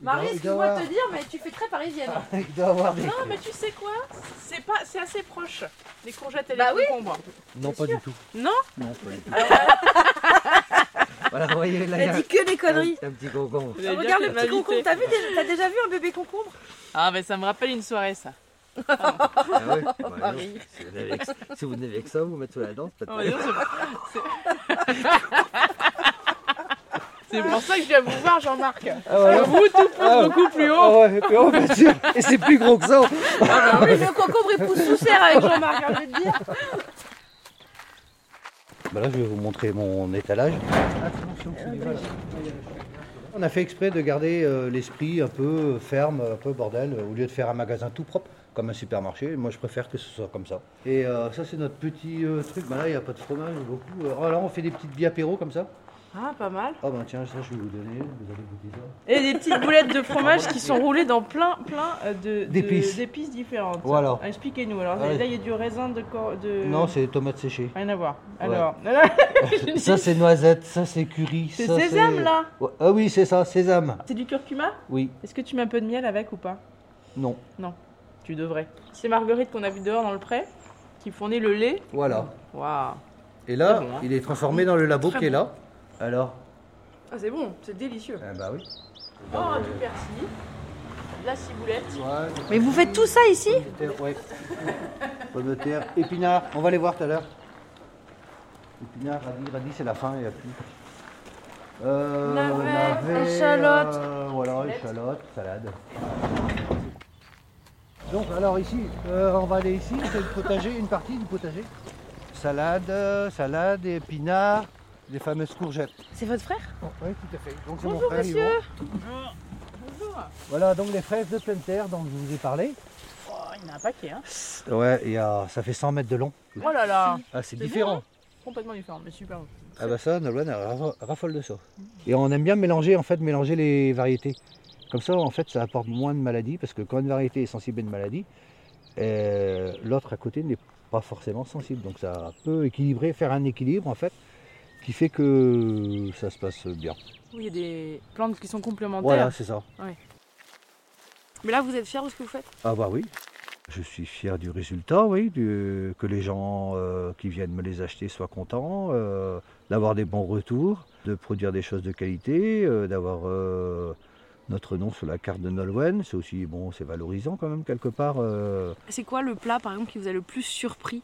Speaker 9: Il doit- il doit avoir-
Speaker 6: dire, mais tu fais très parisienne.
Speaker 9: Il doit avoir des.
Speaker 2: Non, mais tu sais quoi C'est pas, c'est assez proche. Les courgettes et
Speaker 6: Bah oui.
Speaker 2: les concombres.
Speaker 9: Non, pas du tout.
Speaker 2: Non
Speaker 9: Non, pas du tout. voilà, vous voyez, là, il y
Speaker 6: Elle
Speaker 9: a
Speaker 6: dit que des conneries.
Speaker 9: un- un petit concombre.
Speaker 2: Vous allez dire
Speaker 9: ah,
Speaker 6: Regarde
Speaker 2: que
Speaker 6: le
Speaker 2: ma
Speaker 6: petit
Speaker 2: vie,
Speaker 6: concombre.
Speaker 2: c'est-
Speaker 6: T'as vu déjà- t'as déjà vu un bébé concombre
Speaker 2: Ah, mais ça me rappelle une soirée ça.
Speaker 9: Ah ouais Bah, non. Si vous n'avez que- Si vous n'avez que ça, vous mettez sous la danse, peut-être.
Speaker 2: Oh, dis donc, c'est- c'est- C'est pour ça que je viens vous voir, Jean-Marc.
Speaker 9: Ah, voilà.
Speaker 2: Vous, tout pousse
Speaker 9: Ah.
Speaker 2: beaucoup plus haut.
Speaker 9: Ah ouais, et puis, oh, bah, tiens, et c'est plus gros que ça.
Speaker 6: Ah oui, le concombre, il pousse sous serre avec Jean-Marc, hein, je vais te dire.
Speaker 9: Bah là, je vais vous montrer mon étalage. On a fait exprès de garder euh, l'esprit un peu ferme, un peu bordel, euh, au lieu de faire un magasin tout propre, comme un supermarché. Moi, je préfère que ce soit comme ça. Et euh, ça, c'est notre petit euh, truc. Bah là, il n'y a pas de fromage beaucoup. Euh, oh, là, on fait des petites biapéros comme ça.
Speaker 2: Ah, pas mal.
Speaker 9: Ah ben tiens, ça, je vais vous donner. Vous allez goûter ça.
Speaker 2: Et des petites boulettes de fromage qui sont roulées dans plein, plein euh, de- de-
Speaker 9: D'épices.
Speaker 2: d'épices différentes.
Speaker 9: Voilà.
Speaker 2: Ah, Expliquez-nous. Alors
Speaker 9: Ah oui.
Speaker 2: là, il y a du raisin de. cor- de...
Speaker 9: Non, c'est des tomates séchées.
Speaker 2: Rien à voir.
Speaker 9: Ouais.
Speaker 2: Alors.
Speaker 9: ça, c'est noisette. Ça, c'est curry.
Speaker 2: C'est
Speaker 9: ça,
Speaker 2: sésame là
Speaker 9: Ouais, Ah oui, c'est ça, sésame.
Speaker 2: C'est du curcuma
Speaker 9: Oui,
Speaker 2: Est-ce que tu mets un peu de miel avec ou pas
Speaker 9: non.
Speaker 2: Tu devrais. C'est Marguerite qu'on a vu dehors dans le pré qui fournit le lait.
Speaker 9: Voilà.
Speaker 2: Waouh
Speaker 9: Et là,
Speaker 2: Très bon, hein.
Speaker 9: il est transformé dans le labo qui est là. Alors
Speaker 2: Ah, c'est bon, c'est délicieux.
Speaker 9: Ah bah oui.
Speaker 2: Oh, un peu de persil, de la ciboulette.
Speaker 6: Mais vous faites tout ça ici
Speaker 9: Pommes de terre, ouais. Pommes de terre, épinards, on va les voir tout à l'heure. Épinards, radis, radis, c'est la fin, il n'y a plus. Euh,
Speaker 6: Navets,
Speaker 9: navets,
Speaker 6: échalotes.
Speaker 9: euh, voilà, échalotes, salade. Donc alors ici, euh, on va aller ici, c'est le potager, une partie du potager. Salade, euh, salade, épinards, les fameuses courgettes.
Speaker 6: C'est votre frère
Speaker 9: Oh, Oui, tout à fait. Donc, c'est mon frère, Yvon.
Speaker 2: Bonjour.
Speaker 9: Voilà, donc les fraises de pleine terre dont je vous ai parlé.
Speaker 2: Oh, il y en a un paquet, hein.
Speaker 9: Ouais, il y a- ça fait 100 mètres de long.
Speaker 2: Oh là là
Speaker 9: Ah, c'est
Speaker 2: bon,
Speaker 9: différent.
Speaker 2: hein Complètement différent, mais super bon.
Speaker 9: Ah bah ça, Nolwenn elle rafo- raffole de ça. Et on aime bien mélanger en fait, mélanger les variétés. Comme ça, en fait, ça apporte moins de maladies parce que quand une variété est sensible à une maladie, euh, l'autre à côté n'est pas forcément sensible. Donc ça peut équilibrer, faire un équilibre en fait, qui fait que ça se passe bien.
Speaker 2: Oui, il y a des plantes qui sont complémentaires.
Speaker 9: Voilà, c'est ça.
Speaker 6: Mais là, vous êtes fiers de ce que vous faites
Speaker 9: Ah bah oui. Je suis fier du résultat, oui, du- que les gens euh, qui viennent me les acheter soient contents, euh, d'avoir des bons retours, de produire des choses de qualité, euh, d'avoir euh, notre nom sur la carte de Nolwenn. C'est aussi, bon, c'est valorisant quand même quelque part. euh.
Speaker 6: C'est quoi le plat, par exemple, qui vous a le plus surpris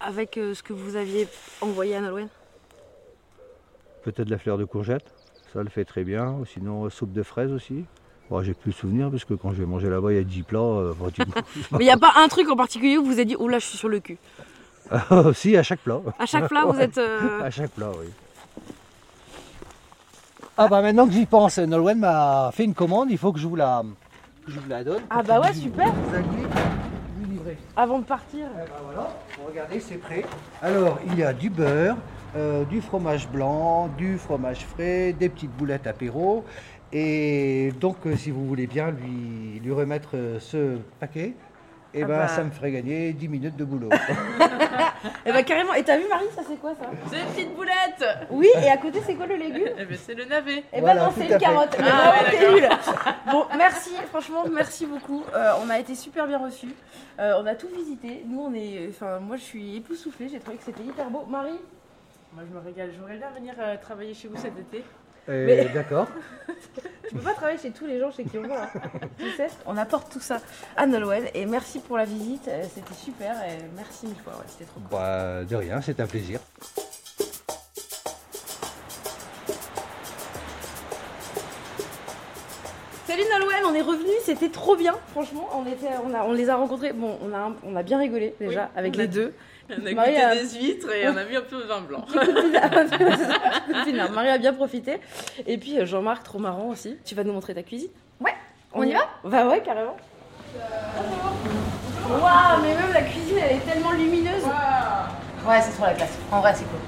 Speaker 6: avec euh, ce que vous aviez envoyé à Nolwenn
Speaker 9: Peut-être la fleur de courgette, ça le fait très bien. Ou Sinon, euh, soupe de fraises aussi. Bon, j'ai plus de souvenirs parce que quand je vais manger là-bas, il y a 10 plats. euh, bon, tu-
Speaker 6: Mais il n'y a pas un truc en particulier où vous avez dit, oh là, je suis sur le cul.
Speaker 9: si, à chaque plat.
Speaker 6: À chaque plat, vous êtes... euh,
Speaker 9: À chaque plat, oui. Ah bah maintenant que j'y pense, Nolwenn m'a fait une commande, il faut que je vous la, que je vous la donne.
Speaker 2: Ah bah ouais, super.
Speaker 9: Vous alliez vous livrer.
Speaker 2: Avant de partir.
Speaker 9: Eh ben voilà, vous regardez, c'est prêt. Alors, il y a du beurre, euh, du fromage blanc, du fromage frais, des petites boulettes apéro. Et donc, euh, si vous voulez bien lui, lui remettre euh, ce paquet, eh
Speaker 10: Ah
Speaker 9: ben,
Speaker 10: bah.
Speaker 9: ça me ferait gagner 10 minutes de boulot.
Speaker 2: Eh
Speaker 1: Et
Speaker 2: ben,
Speaker 1: bah carrément. Et t'as vu Marie, ça c'est quoi ça
Speaker 2: C'est une petite boulette
Speaker 1: Oui, et à côté c'est quoi le légume
Speaker 2: Eh ben, c'est le navet.
Speaker 1: Eh ben
Speaker 9: Voilà,
Speaker 1: non,
Speaker 9: tout
Speaker 1: c'est
Speaker 9: à
Speaker 1: une
Speaker 9: fait.
Speaker 1: carotte. Mais
Speaker 2: Ah,
Speaker 1: vraiment,
Speaker 2: ouais,
Speaker 1: t'es nulle. Bon, merci, franchement, merci beaucoup. Euh, on a été super bien reçus. Euh, on a tout visité. Nous, on est. Enfin, moi, je suis époustouflée. J'ai trouvé que c'était hyper beau. Marie
Speaker 2: Moi, je me régale. J'aimerais bien venir euh, travailler chez vous cet été.
Speaker 9: Euh, D'accord.
Speaker 1: Tu peux pas travailler chez tous les gens chez qui on va. hein. Tu sais, on apporte tout ça à Nolwenn. Et merci pour la visite. euh, C'était super. Et merci mille fois. Ouais, c'était trop cool.
Speaker 9: Bah, de rien, c'est un plaisir.
Speaker 1: Salut Nolwenn, on est revenu, c'était trop bien, franchement, on, était, on, a, on les a rencontrés, bon, on a, un- on a bien rigolé déjà
Speaker 2: Oui,
Speaker 1: avec
Speaker 2: on a-
Speaker 1: les deux.
Speaker 2: On a
Speaker 1: Marie
Speaker 2: goûté
Speaker 1: a-
Speaker 2: des huîtres et on a mis un peu de vin blanc.
Speaker 1: Copine, Marie a bien profité. Et puis euh, Jean-Marc, trop marrant aussi. Tu vas nous montrer ta cuisine
Speaker 4: Ouais, on y va
Speaker 1: Bah ouais, carrément. Waouh, mais même la cuisine, elle est tellement lumineuse.
Speaker 4: Ouais, c'est trop la classe. En vrai, c'est cool.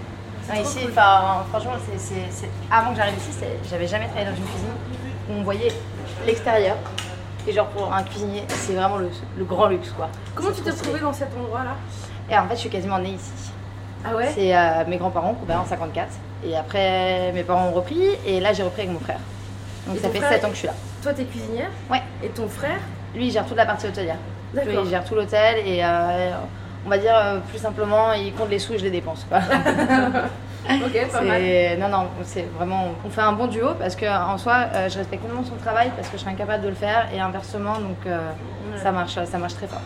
Speaker 4: Ouais, ici, enfin, franchement, c'est, c'est- c'est- avant que j'arrive ici, c'est- j'avais jamais travaillé dans une cuisine où on voyait l'extérieur. Et genre, pour un cuisinier, c'est vraiment le, le grand luxe, quoi.
Speaker 1: Comment
Speaker 4: C'est
Speaker 1: tu
Speaker 4: trop
Speaker 1: t'es
Speaker 4: stylé.
Speaker 1: retrouvée dans cet endroit-là
Speaker 4: Et en fait, je suis quasiment née ici.
Speaker 1: Ah ouais
Speaker 4: C'est euh, mes grands-parents qui ont en 54. Et après, mes parents ont repris. Et là, j'ai repris avec mon frère. Donc,
Speaker 1: Et
Speaker 4: ça
Speaker 1: ton
Speaker 4: fait
Speaker 1: frère,
Speaker 4: 7 ans que je suis là.
Speaker 1: Toi, t'es cuisinière
Speaker 4: Ouais.
Speaker 1: Et ton frère
Speaker 4: Lui, il gère toute la partie hôtelière. Lui,
Speaker 1: D'accord.
Speaker 4: il gère tout l'hôtel. Et euh, on va dire, euh, plus simplement, il compte les sous et je les dépense, quoi.
Speaker 1: Ok, pas mal.
Speaker 4: C'est- Non, non, c'est vraiment. On fait un bon duo parce que en soi, euh, je respecte tellement son travail parce que je suis incapable de le faire et inversement, donc euh, ça marche, ça marche très fort.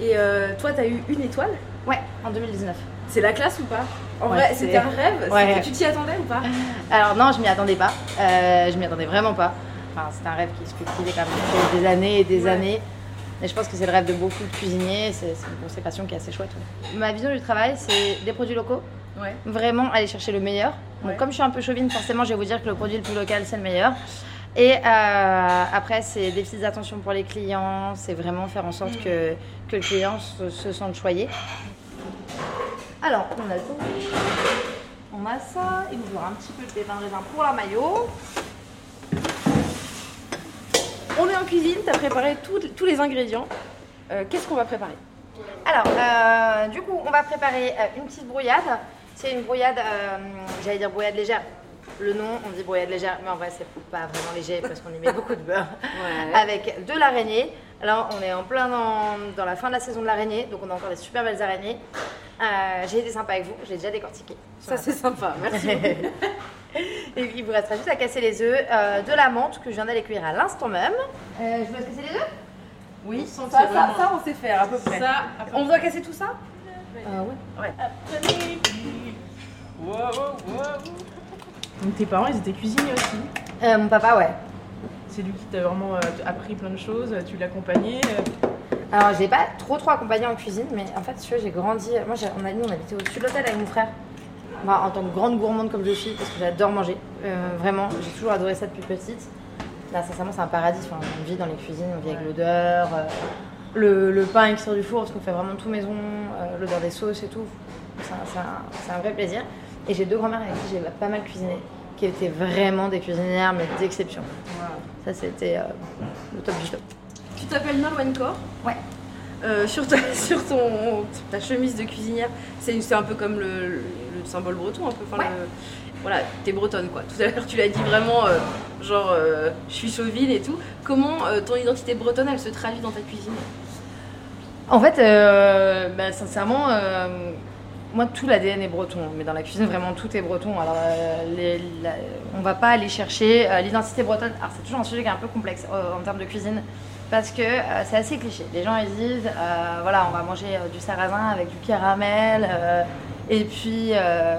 Speaker 1: Et euh, toi, t'as eu une étoile
Speaker 4: Ouais, en 2019.
Speaker 1: C'est la classe ou pas En
Speaker 4: Ouais,
Speaker 1: vrai,
Speaker 4: c'est-
Speaker 1: c'était un rêve
Speaker 4: Ouais.
Speaker 1: C'était- Tu t'y attendais ou pas
Speaker 4: Alors non, je m'y attendais pas. Euh, je m'y attendais vraiment pas. Enfin, c'est un rêve qui se cultivait quand même depuis des années et des
Speaker 1: Ouais.
Speaker 4: années. Mais je pense que c'est le rêve de beaucoup de cuisiniers. C'est c'est une consécration qui est assez chouette. ouais. Ma vision du travail, c'est des produits locaux.
Speaker 1: Ouais.
Speaker 4: Vraiment aller chercher le meilleur. Donc,
Speaker 1: Ouais.
Speaker 4: comme je suis un peu chauvine, forcément, je vais vous dire que le produit le plus local, c'est le meilleur. Et euh, après, c'est des petites attentions pour les clients. C'est vraiment faire en
Speaker 1: Mm.
Speaker 4: sorte que, que le client se, se sente choyé. Alors, on a tout. On a ça, il nous aura un petit peu de pépins de raisin pour la maillot.
Speaker 1: On est en cuisine, t'as préparé tout- tous les ingrédients. Euh, Qu'est-ce qu'on va préparer
Speaker 4: Alors, euh, du coup, on va préparer euh, une petite brouillade. C'est une brouillade, euh, j'allais dire brouillade légère. Le nom, on dit brouillade légère, mais en vrai, c'est pas vraiment léger parce qu'on y met beaucoup de beurre. Avec de l'araignée. Là, on est en plein dans, dans la fin de la saison de l'araignée, donc on a encore des super belles araignées. Euh, j'ai été sympa avec vous, j'ai déjà décortiqué.
Speaker 1: Ça c'est sympa, merci.
Speaker 4: Et il vous restera juste à casser les œufs, euh, de la menthe que je viens d'aller cuire à l'instant même. Euh, je vous laisse casser les œufs
Speaker 1: Oui, ça, ça, ça, on sait faire à peu près.
Speaker 2: Ça,
Speaker 1: On doit casser tout ça
Speaker 2: Donc tes parents, ils étaient cuisiniers aussi.
Speaker 4: Euh, Mon papa, ouais.
Speaker 2: C'est lui qui t'a vraiment euh, appris plein de choses, euh, tu l'accompagnais. euh.
Speaker 4: Alors, j'ai pas trop trop accompagné en cuisine, mais en fait, tu vois, j'ai grandi. Moi, j'ai- on a, nous, on habitait au-dessus de l'hôtel avec mon frère. Moi, en tant que grande gourmande comme je suis, parce que j'adore manger, euh, vraiment, j'ai toujours adoré ça depuis petite. Là, sincèrement, c'est un paradis. Enfin, on vit dans les cuisines, on vit avec l'odeur, euh, le, le pain qui sort du four, parce qu'on fait vraiment tout maison, euh, l'odeur des sauces et tout. C'est un, c'est un- c'est un vrai plaisir. Et j'ai deux grand-mères avec qui j'ai pas mal cuisiné, qui étaient vraiment des cuisinières, mais d'exception. Ça, c'était euh, le top du top.
Speaker 1: Tu t'appelles Nolwenn Cor
Speaker 4: Ouais.
Speaker 1: Euh, sur ta, sur ton, ta chemise de cuisinière, c'est c'est un peu comme le, le symbole breton, un peu. Enfin,
Speaker 4: Ouais.
Speaker 1: le- voilà, t'es bretonne quoi. Tout à l'heure, tu l'as dit vraiment, euh, genre, euh, je suis chauvine et tout. Comment euh, ton identité bretonne, elle se traduit dans ta cuisine
Speaker 4: En fait, euh, bah, sincèrement, euh, moi tout l'ADN est breton, hein, mais dans la cuisine vraiment tout est breton. Alors euh, les- la- on va pas aller chercher euh, l'identité bretonne. Alors c'est toujours un sujet qui est un peu complexe euh, en termes de cuisine parce que euh, c'est assez cliché. Les gens ils disent euh, voilà on va manger euh, du sarrasin avec du caramel euh, et puis euh,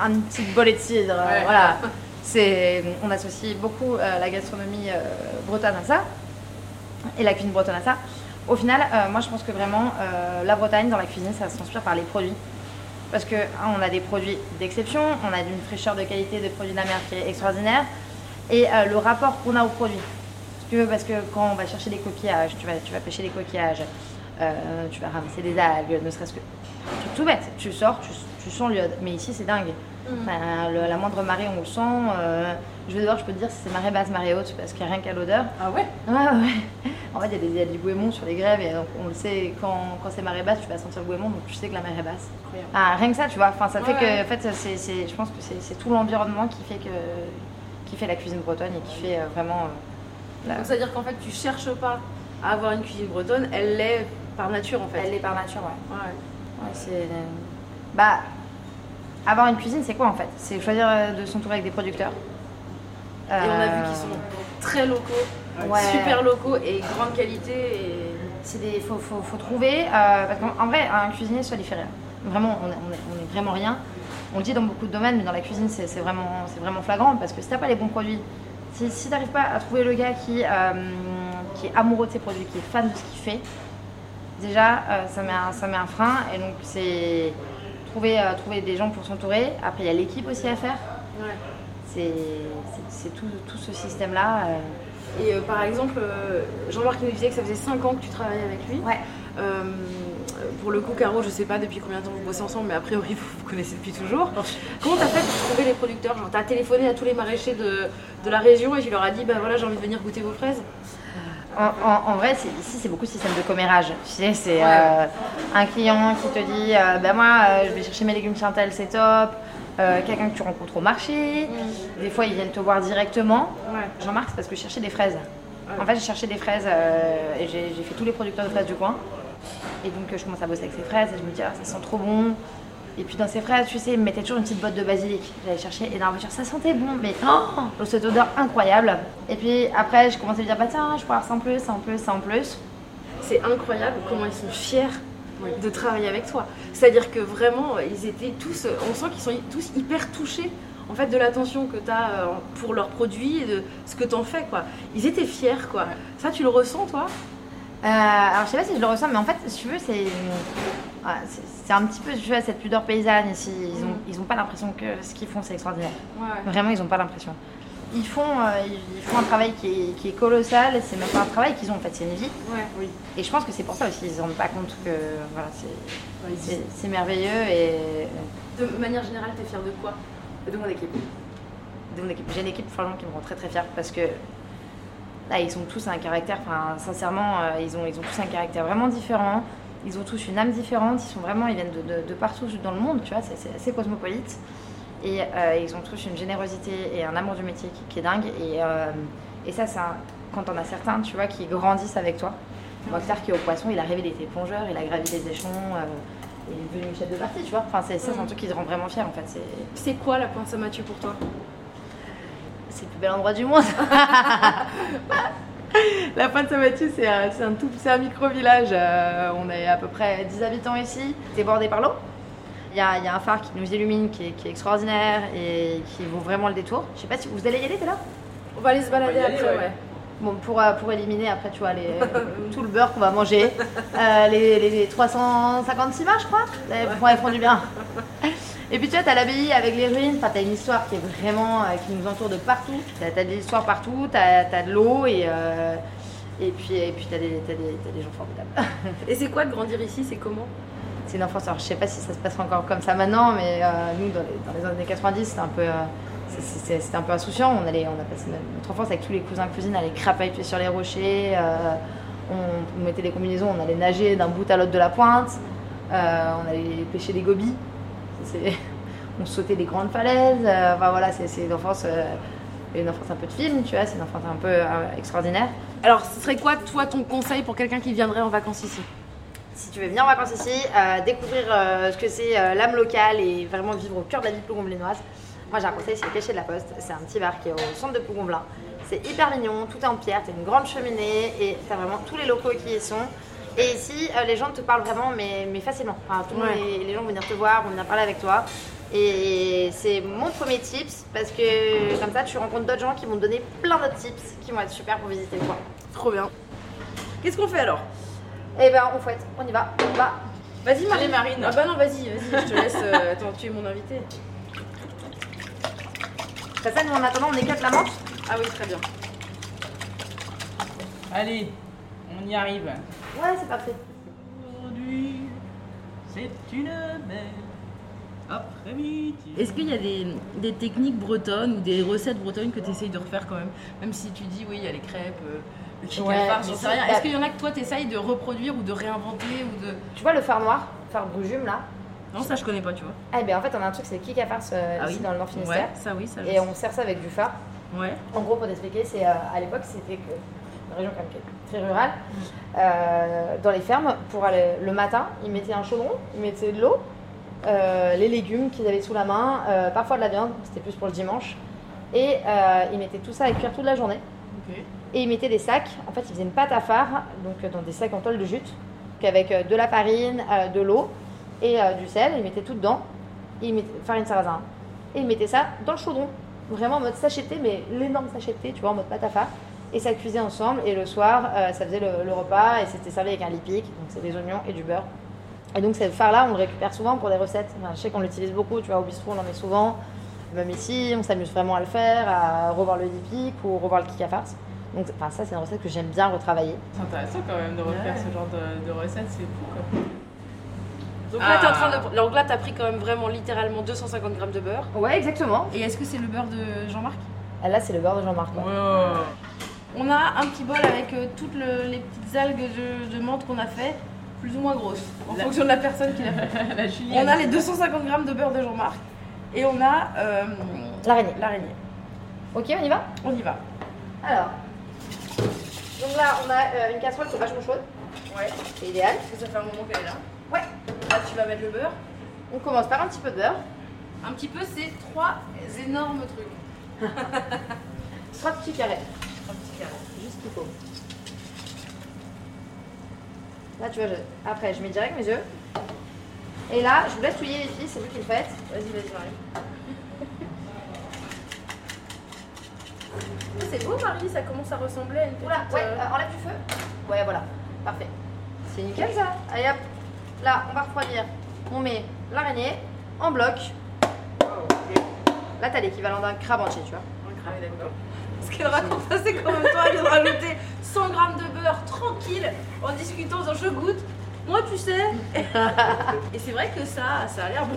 Speaker 4: un petit bolet de cidre. euh,
Speaker 2: Ouais.
Speaker 4: Voilà, c'est on associe beaucoup euh, la gastronomie euh, bretonne à ça et la cuisine bretonne à ça. Au final, euh, moi je pense que vraiment euh, la Bretagne dans la cuisine, ça s'inspire par les produits. Parce que hein, on a des produits d'exception, on a d'une fraîcheur de qualité des produits de la mer qui est extraordinaire. Et euh, le rapport qu'on a aux produits. Si tu veux, parce que quand on va chercher des coquillages, tu vas, tu vas pêcher des coquillages, euh, tu vas ramasser des algues, ne serait-ce que. Tout, tout bête. Tu sors, tu, tu sens l'iode. Mais ici, c'est dingue.
Speaker 11: Mm.
Speaker 4: Enfin, le- la moindre marée, on le sent. Euh, je vais dehors, je peux te dire si c'est marée basse, marée haute, parce qu'il n'y a rien qu'à l'odeur.
Speaker 11: Ah ouais
Speaker 4: Ouais, ouais, ouais. En fait, il y a des- il y, a du goémon sur les grèves, et donc on le sait, quand, quand c'est marée basse, tu vas sentir le goémon, donc tu sais que la marée est basse.
Speaker 11: Incroyable.
Speaker 4: Ah, rien que ça, tu vois. Enfin, ça fait
Speaker 11: Ouais,
Speaker 4: que,
Speaker 11: ouais.
Speaker 4: en fait, c'est, c'est- je pense que c'est, c'est tout l'environnement qui fait que, qui fait la cuisine bretonne et qui fait euh, vraiment. euh, la-
Speaker 1: Donc ça veut dire qu'en fait tu cherches pas à avoir une cuisine bretonne, elle l'est par nature en fait.
Speaker 4: Elle est par nature, ouais.
Speaker 1: Ouais.
Speaker 4: Ouais, c'est. Bah, avoir une cuisine, c'est quoi en fait C'est choisir euh, de s'entourer avec des producteurs. Euh,
Speaker 1: Et on a vu qu'ils sont très locaux,
Speaker 4: Ouais.
Speaker 1: super locaux et grande qualité. Et...
Speaker 4: C'est des, faut, faut, faut trouver, euh, parce qu'en en vrai, un cuisinier seul, il fait rien. Vraiment, on est, on est- on est vraiment rien. On le dit dans beaucoup de domaines, mais dans la cuisine, c'est c'est vraiment, c'est vraiment flagrant, parce que si t'as pas les bons produits, si, si t'arrives pas à trouver le gars qui, euh, qui est amoureux de ses produits, qui est fan de ce qu'il fait, déjà, euh, ça, met un, ça met un frein, et donc c'est trouver, euh, trouver des gens pour s'entourer. Après, il y a l'équipe aussi à faire. C'est- c'est- C'est tout, tout ce système-là. euh,
Speaker 1: Et euh, par exemple, euh, Jean-Marc nous disait que ça faisait 5 ans que tu travaillais avec lui.
Speaker 4: Ouais.
Speaker 1: Euh, pour le coup, Caro, je sais pas depuis combien de temps vous bossez ensemble, mais a priori vous vous connaissez depuis toujours. Comment t'as fait pour trouver les producteurs Genre t'as téléphoné à tous les maraîchers de, de la région et tu leur as dit bah voilà j'ai envie de venir goûter vos fraises.
Speaker 4: En, en- en vrai, c'est- ici, c'est beaucoup système de commérage. Tu sais, c'est euh, un client qui te dit euh, Ben moi, euh, je vais chercher mes légumes chez un tel, c'est top. Euh, Quelqu'un que tu rencontres au marché. Des fois, ils viennent te voir directement. Jean-Marc, c'est parce que je cherchais des fraises. En fait, j'ai cherché des fraises euh, et j'ai j'ai fait tous les producteurs de fraises du coin. Et donc, euh, je commence à bosser avec ces fraises et je me dis Ah, ça sent trop bon. Et puis dans ces fraises, tu sais, ils me mettaient toujours une petite botte de basilic. J'allais chercher et dans la voiture, ça sentait bon, mais oh, cette odeur incroyable. Et puis après, je commençais à me dire, bah tiens, je pourrais avoir ça en plus, ça en plus, ça en plus.
Speaker 1: C'est incroyable comment ils sont fiers de travailler avec toi. C'est-à-dire que vraiment ils étaient tous, on sent qu'ils sont hy- tous hyper touchés en fait de l'attention que t'as euh, pour leurs produits et de ce que t'en fais quoi. Ils étaient fiers quoi. Ça tu le ressens toi
Speaker 4: Euh, alors je sais pas si je le ressens, mais en fait, si tu veux, c'est. ouais, c'est- c'est un petit peu, tu vois, cette pudeur paysanne ici. Ils ont, ils ont pas l'impression que ce qu'ils font, c'est extraordinaire. Vraiment, ils n'ont pas l'impression. Ils font, euh, ils- ils font un travail qui est, qui est colossal, et c'est même pas un travail qu'ils ont, en fait, c'est une vie. Et je pense que c'est pour ça aussi, ils se rendent pas compte que voilà, c'est- c'est c'est merveilleux et euh,
Speaker 1: De manière générale, t'es fière de quoi
Speaker 4: de mon équipe. De mon équipe. J'ai une équipe franchement qui me rend très très fière parce que là ils ont tous un caractère, enfin sincèrement euh, ils ont, ils ont tous un caractère vraiment différent, ils ont tous une âme différente, ils sont vraiment, ils viennent de, de- de partout dans le monde, tu vois, c'est- c'est assez cosmopolite. Et euh, ils ont tous une générosité et un amour du métier qui, qui est dingue. Et, euh, et ça, c'est un- quand on a certains, tu vois, qui grandissent avec toi. Mokhtar qui est au poisson, il arrive, il était plongeur, il a gravi les échelons, euh, il est devenu chef de partie, tu vois. Enfin, c'est, ça, c'est un truc qui te rend vraiment fier en fait. C'est,
Speaker 1: C'est quoi la pointe Saint-Mathieu pour toi
Speaker 4: c'est le plus bel endroit du monde.
Speaker 1: La pointe Saint-Mathieu, c'est un, c'est un tout c'est un micro-village. euh, on est à peu près.
Speaker 4: Près 10 habitants ici, t'es bordé par l'eau. Il y, a, il y a un phare qui nous illumine, qui est, qui est extraordinaire et qui vaut vraiment le détour. Je sais pas si vous allez y aller, t'es là
Speaker 1: On va aller se balader après, ouais.
Speaker 4: Bon, pour, euh, pour éliminer après, tu vois, les, tout le beurre qu'on va manger, euh, les, les 356 marches, je crois, elles, font- elles font du bien. Et puis tu vois, t'as l'abbaye avec les ruines, enfin t'as une histoire qui est vraiment, euh, qui nous entoure de partout. T'as t'as de l'histoire partout, t'as as de l'eau et, euh, et puis et puis t'as des, t'as des- t'as des gens formidables.
Speaker 1: Et c'est quoi de grandir ici C'est comment
Speaker 4: C'est une enfance, alors je sais pas si ça se passe encore comme ça maintenant, mais euh, nous, dans les, dans les années 90, c'était un peu... euh, c'est- c'est- C'était un peu insouciant, on, allait, on a passé notre- notre enfance avec tous les cousins cousines, à aller crapahuter sur les rochers, euh, on, on mettait des combinaisons, on allait nager d'un bout à l'autre de la pointe, euh, on allait pêcher des gobies, Ça, c'est- on sautait des grandes falaises, euh, enfin voilà, c'est c'est une enfance, euh, une enfance un peu de film, tu vois, c'est une enfance un peu euh, extraordinaire.
Speaker 1: Alors, ce serait quoi, toi, ton conseil pour quelqu'un qui viendrait en vacances ici
Speaker 4: Si tu veux venir en vacances ici, euh, découvrir euh, ce que c'est euh, l'âme locale et vraiment vivre au cœur de la vie plougonblinoise, moi j'ai un conseil, c'est le cachet de la poste. C'est un petit bar qui est au centre de Plougonblin. C'est hyper mignon, tout est en pierre, t'as une grande cheminée et t'as vraiment tous les locaux qui y sont. Et ici, euh, les gens te parlent vraiment, mais, mais facilement. Enfin, tout le monde est- les gens vont venir te voir, vont venir parler avec toi. Et c'est mon premier tips parce que comme ça, tu rencontres d'autres gens qui vont te donner plein d'autres tips qui vont être super pour visiter le coin.
Speaker 1: Trop bien. Qu'est-ce qu'on fait alors
Speaker 4: Et ben, on fouette, on y va, on va.
Speaker 1: Vas-y, Marie. Marine. Ah bah non, vas-y, vas-y, je te laisse. euh, attends, tu es mon invité.
Speaker 4: Comme ça, nous en attendant, on écarte la menthe.
Speaker 1: Ah oui, très bien.
Speaker 12: Allez, on y arrive.
Speaker 4: Ouais, c'est parfait.
Speaker 12: Aujourd'hui, c'est une belle Après-midi.
Speaker 1: Est-ce qu'il y a des, des techniques bretonnes ou des recettes bretonnes que tu essayes de refaire quand même Même si tu dis, oui, il y a les crêpes, euh, le chicken
Speaker 4: Ouais,
Speaker 1: farce,
Speaker 4: mais
Speaker 1: j'en sais
Speaker 4: ça,
Speaker 1: rien.
Speaker 4: bah-
Speaker 1: Est-ce qu'il y en a que toi, tu essayes de reproduire ou de réinventer ou de...
Speaker 4: Tu vois le phare noir, phare Brujume là
Speaker 1: Non, ça, je connais pas, tu vois.
Speaker 4: Ah, ben en fait, on a un truc, c'est le kick à farce euh,
Speaker 1: Ah
Speaker 4: ici
Speaker 1: oui.
Speaker 4: dans le Nord Finistère.
Speaker 1: Ouais, ça, oui, ça, je
Speaker 4: Et on sert ça avec du phare.
Speaker 1: sais. Ouais.
Speaker 4: En gros, pour t'expliquer, c'est euh, à l'époque, c'était que une région quand même qui est très rurale. Euh, dans les fermes, pour aller le matin, ils mettaient un chaudron, ils mettaient de l'eau, euh, les légumes qu'ils avaient sous la main, euh, parfois de la viande, c'était plus pour le dimanche, et euh, ils mettaient tout ça à cuire toute la journée. Et ils mettaient des sacs. En fait, ils faisaient une pâte à fard, donc euh, dans des sacs en toile de jute, donc avec euh, de la farine, euh, de l'eau et euh, du sel. Ils mettaient tout dedans. Et ils mettaient- farine sarrasin. hein. Et ils mettaient ça dans le chaudron. Vraiment en mode sachet-thé, mais l'énorme sachet-thé, tu vois, en mode pâte à fard. Et ça cuisait ensemble. Et le soir, euh, ça faisait le, le repas. Et c'était servi avec un lipic. Donc, c'est des oignons et du beurre. Et donc, ce fard-là, on le récupère souvent pour des recettes. Enfin, je sais qu'on l'utilise beaucoup, tu vois, au bistrot, on en met souvent. Même ici, on s'amuse vraiment à le faire, à revoir le lipic ou revoir le kik à farce. Donc, enfin, ça, c'est une recette que j'aime bien retravailler.
Speaker 2: C'est intéressant quand même de refaire ce genre de, de recette, c'est fou quoi. Ah.
Speaker 1: Donc
Speaker 2: là,
Speaker 1: là,
Speaker 2: t'es en train
Speaker 1: de... Donc là, t'as pris quand même vraiment littéralement 250 grammes de beurre.
Speaker 4: Ouais, exactement.
Speaker 1: Et est-ce que c'est le beurre de Jean-Marc
Speaker 4: Et Là, c'est le beurre de Jean-Marc. quoi.
Speaker 1: On a un petit bol avec euh, toutes le- les petites algues de, de menthe qu'on a fait, plus ou moins grosses, en
Speaker 2: La-
Speaker 1: fonction de la personne qui l'a fait.
Speaker 2: Ah, La Julie,
Speaker 1: On
Speaker 2: elle-
Speaker 1: a les 250 grammes de beurre de Jean-Marc et on a euh,
Speaker 4: L'araignée.
Speaker 1: l'araignée.
Speaker 4: Ok, on y va
Speaker 1: On y va.
Speaker 4: Alors. Donc là, on a euh, une casserole qui est vachement chaude.
Speaker 1: Ouais.
Speaker 4: C'est idéal.
Speaker 1: Parce que ça fait un moment qu'elle est là.
Speaker 4: Ouais.
Speaker 1: Là, tu vas mettre le beurre.
Speaker 4: On commence par un petit peu de beurre.
Speaker 1: Un petit peu, c'est trois énormes trucs.
Speaker 4: Trois petits carrés.
Speaker 1: Un petit carré.
Speaker 4: Juste ce qu'il faut. Là, tu vois, je- après, je mets direct mes œufs. Et là, je vous laisse touiller les filles, c'est vous qui le faites.
Speaker 1: Vas-y, vas-y, Marie. Ah, C'est beau, Marie, ça commence à ressembler à une petite.
Speaker 4: Oula, ouais,
Speaker 1: euh,
Speaker 4: euh, enlève du feu. Ouais, voilà, parfait. C'est nickel ça. Allez hop, là, on va refroidir. On met l'araignée en bloc. Là, t'as l'équivalent d'un crabe entier, tu vois.
Speaker 1: Ce qu'elle raconte, c'est qu'en même temps, elle vient de rajouter 100 grammes de beurre tranquille en discutant dans Je goûte. Moi, tu sais. Et c'est vrai que ça, ça a l'air bon.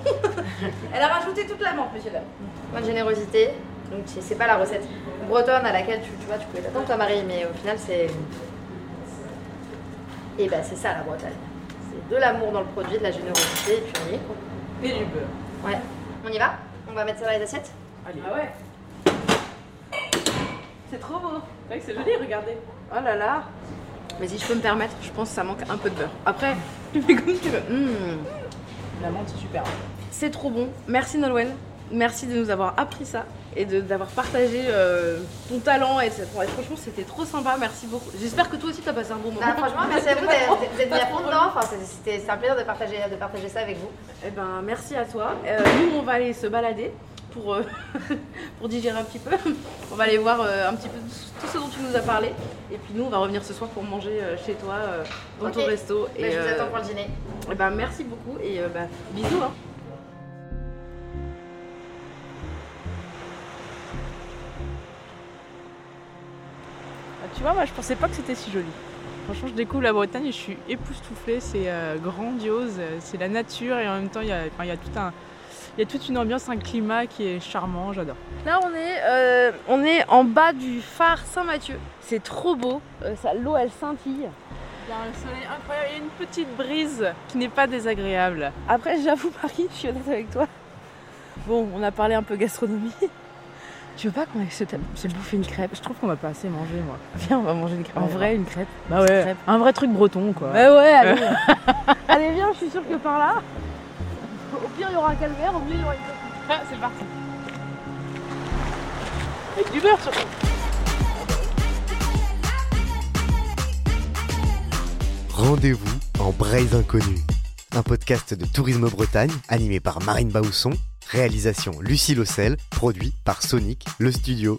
Speaker 1: Elle a rajouté toute la menthe, monsieur dames.
Speaker 4: Moins de générosité. Donc, c'est- c'est pas la recette bretonne à laquelle tu, tu vois, tu pouvais t'attendre, toi, Marie, mais au final, c'est. Et ben, c'est ça la Bretagne. C'est de l'amour dans le produit, de la générosité, et puis on y est, quoi.
Speaker 2: Et du beurre.
Speaker 4: Ouais. On y va On va mettre ça dans les assiettes
Speaker 2: Allez. Ah ouais
Speaker 1: C'est trop beau.
Speaker 2: C'est vrai que c'est joli, regardez.
Speaker 1: Oh là là. Mais si je peux me permettre, je pense que ça manque un peu de beurre. Après, tu fais comme tu veux. Mmh.
Speaker 2: La menthe, c'est super.
Speaker 1: C'est trop bon. Merci Nolwenn. Merci de nous avoir appris ça et de- d'avoir partagé euh, ton talent. Et, cette- ouais, franchement, c'était trop sympa. Merci beaucoup. J'espère que toi aussi, t'as passé un bon moment.
Speaker 4: Bah, franchement, merci à vous
Speaker 1: Pas trop.
Speaker 4: d'être d'être mis à fond dedans. Enfin, c'est- c'était- c'est un plaisir de partager, de partager ça avec vous.
Speaker 1: Eh ben, merci à toi. Euh, nous, on va aller se balader pour, euh, pour digérer un petit peu. On va aller voir euh, un petit peu tout ce dont tu nous as parlé. Et puis nous, on va revenir ce soir pour manger euh, chez toi, euh, dans
Speaker 4: Ok.
Speaker 1: ton resto. Et,
Speaker 4: Bah, je vous
Speaker 1: euh,
Speaker 4: attends pour le dîner.
Speaker 1: eh ben, merci beaucoup et euh, bah, bisous. hein.
Speaker 2: Ah, tu vois, moi je pensais pas que c'était si joli. Franchement, je découvre la Bretagne et je suis époustouflée. C'est euh, grandiose, euh, c'est la nature et en même temps, il y a, enfin, il y a tout un. Il y a toute une ambiance, un climat qui est charmant, j'adore.
Speaker 1: Là, on est, euh, on est en bas du phare Saint-Mathieu. C'est trop beau. Euh, ça- L'eau, elle scintille.
Speaker 2: Il y a un soleil incroyable et une petite brise qui n'est pas désagréable.
Speaker 1: Après, j'avoue, Marie, je suis honnête avec toi. Bon, on a parlé un peu gastronomie. Tu veux pas qu'on aille se, ta- se bouffer une crêpe
Speaker 2: Je trouve qu'on va pas assez manger, moi.
Speaker 1: Viens, on va manger une crêpe.
Speaker 2: En vrai, une crêpe. Bah
Speaker 1: Petite crêpe.
Speaker 2: un vrai truc breton, quoi.
Speaker 1: Bah ouais, allez. allez, viens, je suis sûre que par là, au pire, il y aura un calvaire, au mieux, il y aura une crêpe.
Speaker 2: Ah, c'est parti. Avec du beurre surtout.
Speaker 3: Rendez-vous en Braise Inconnue, un podcast de Tourisme Bretagne animé par Marine Baousson, réalisation Lucie Lossel, produit par Sonic, le studio.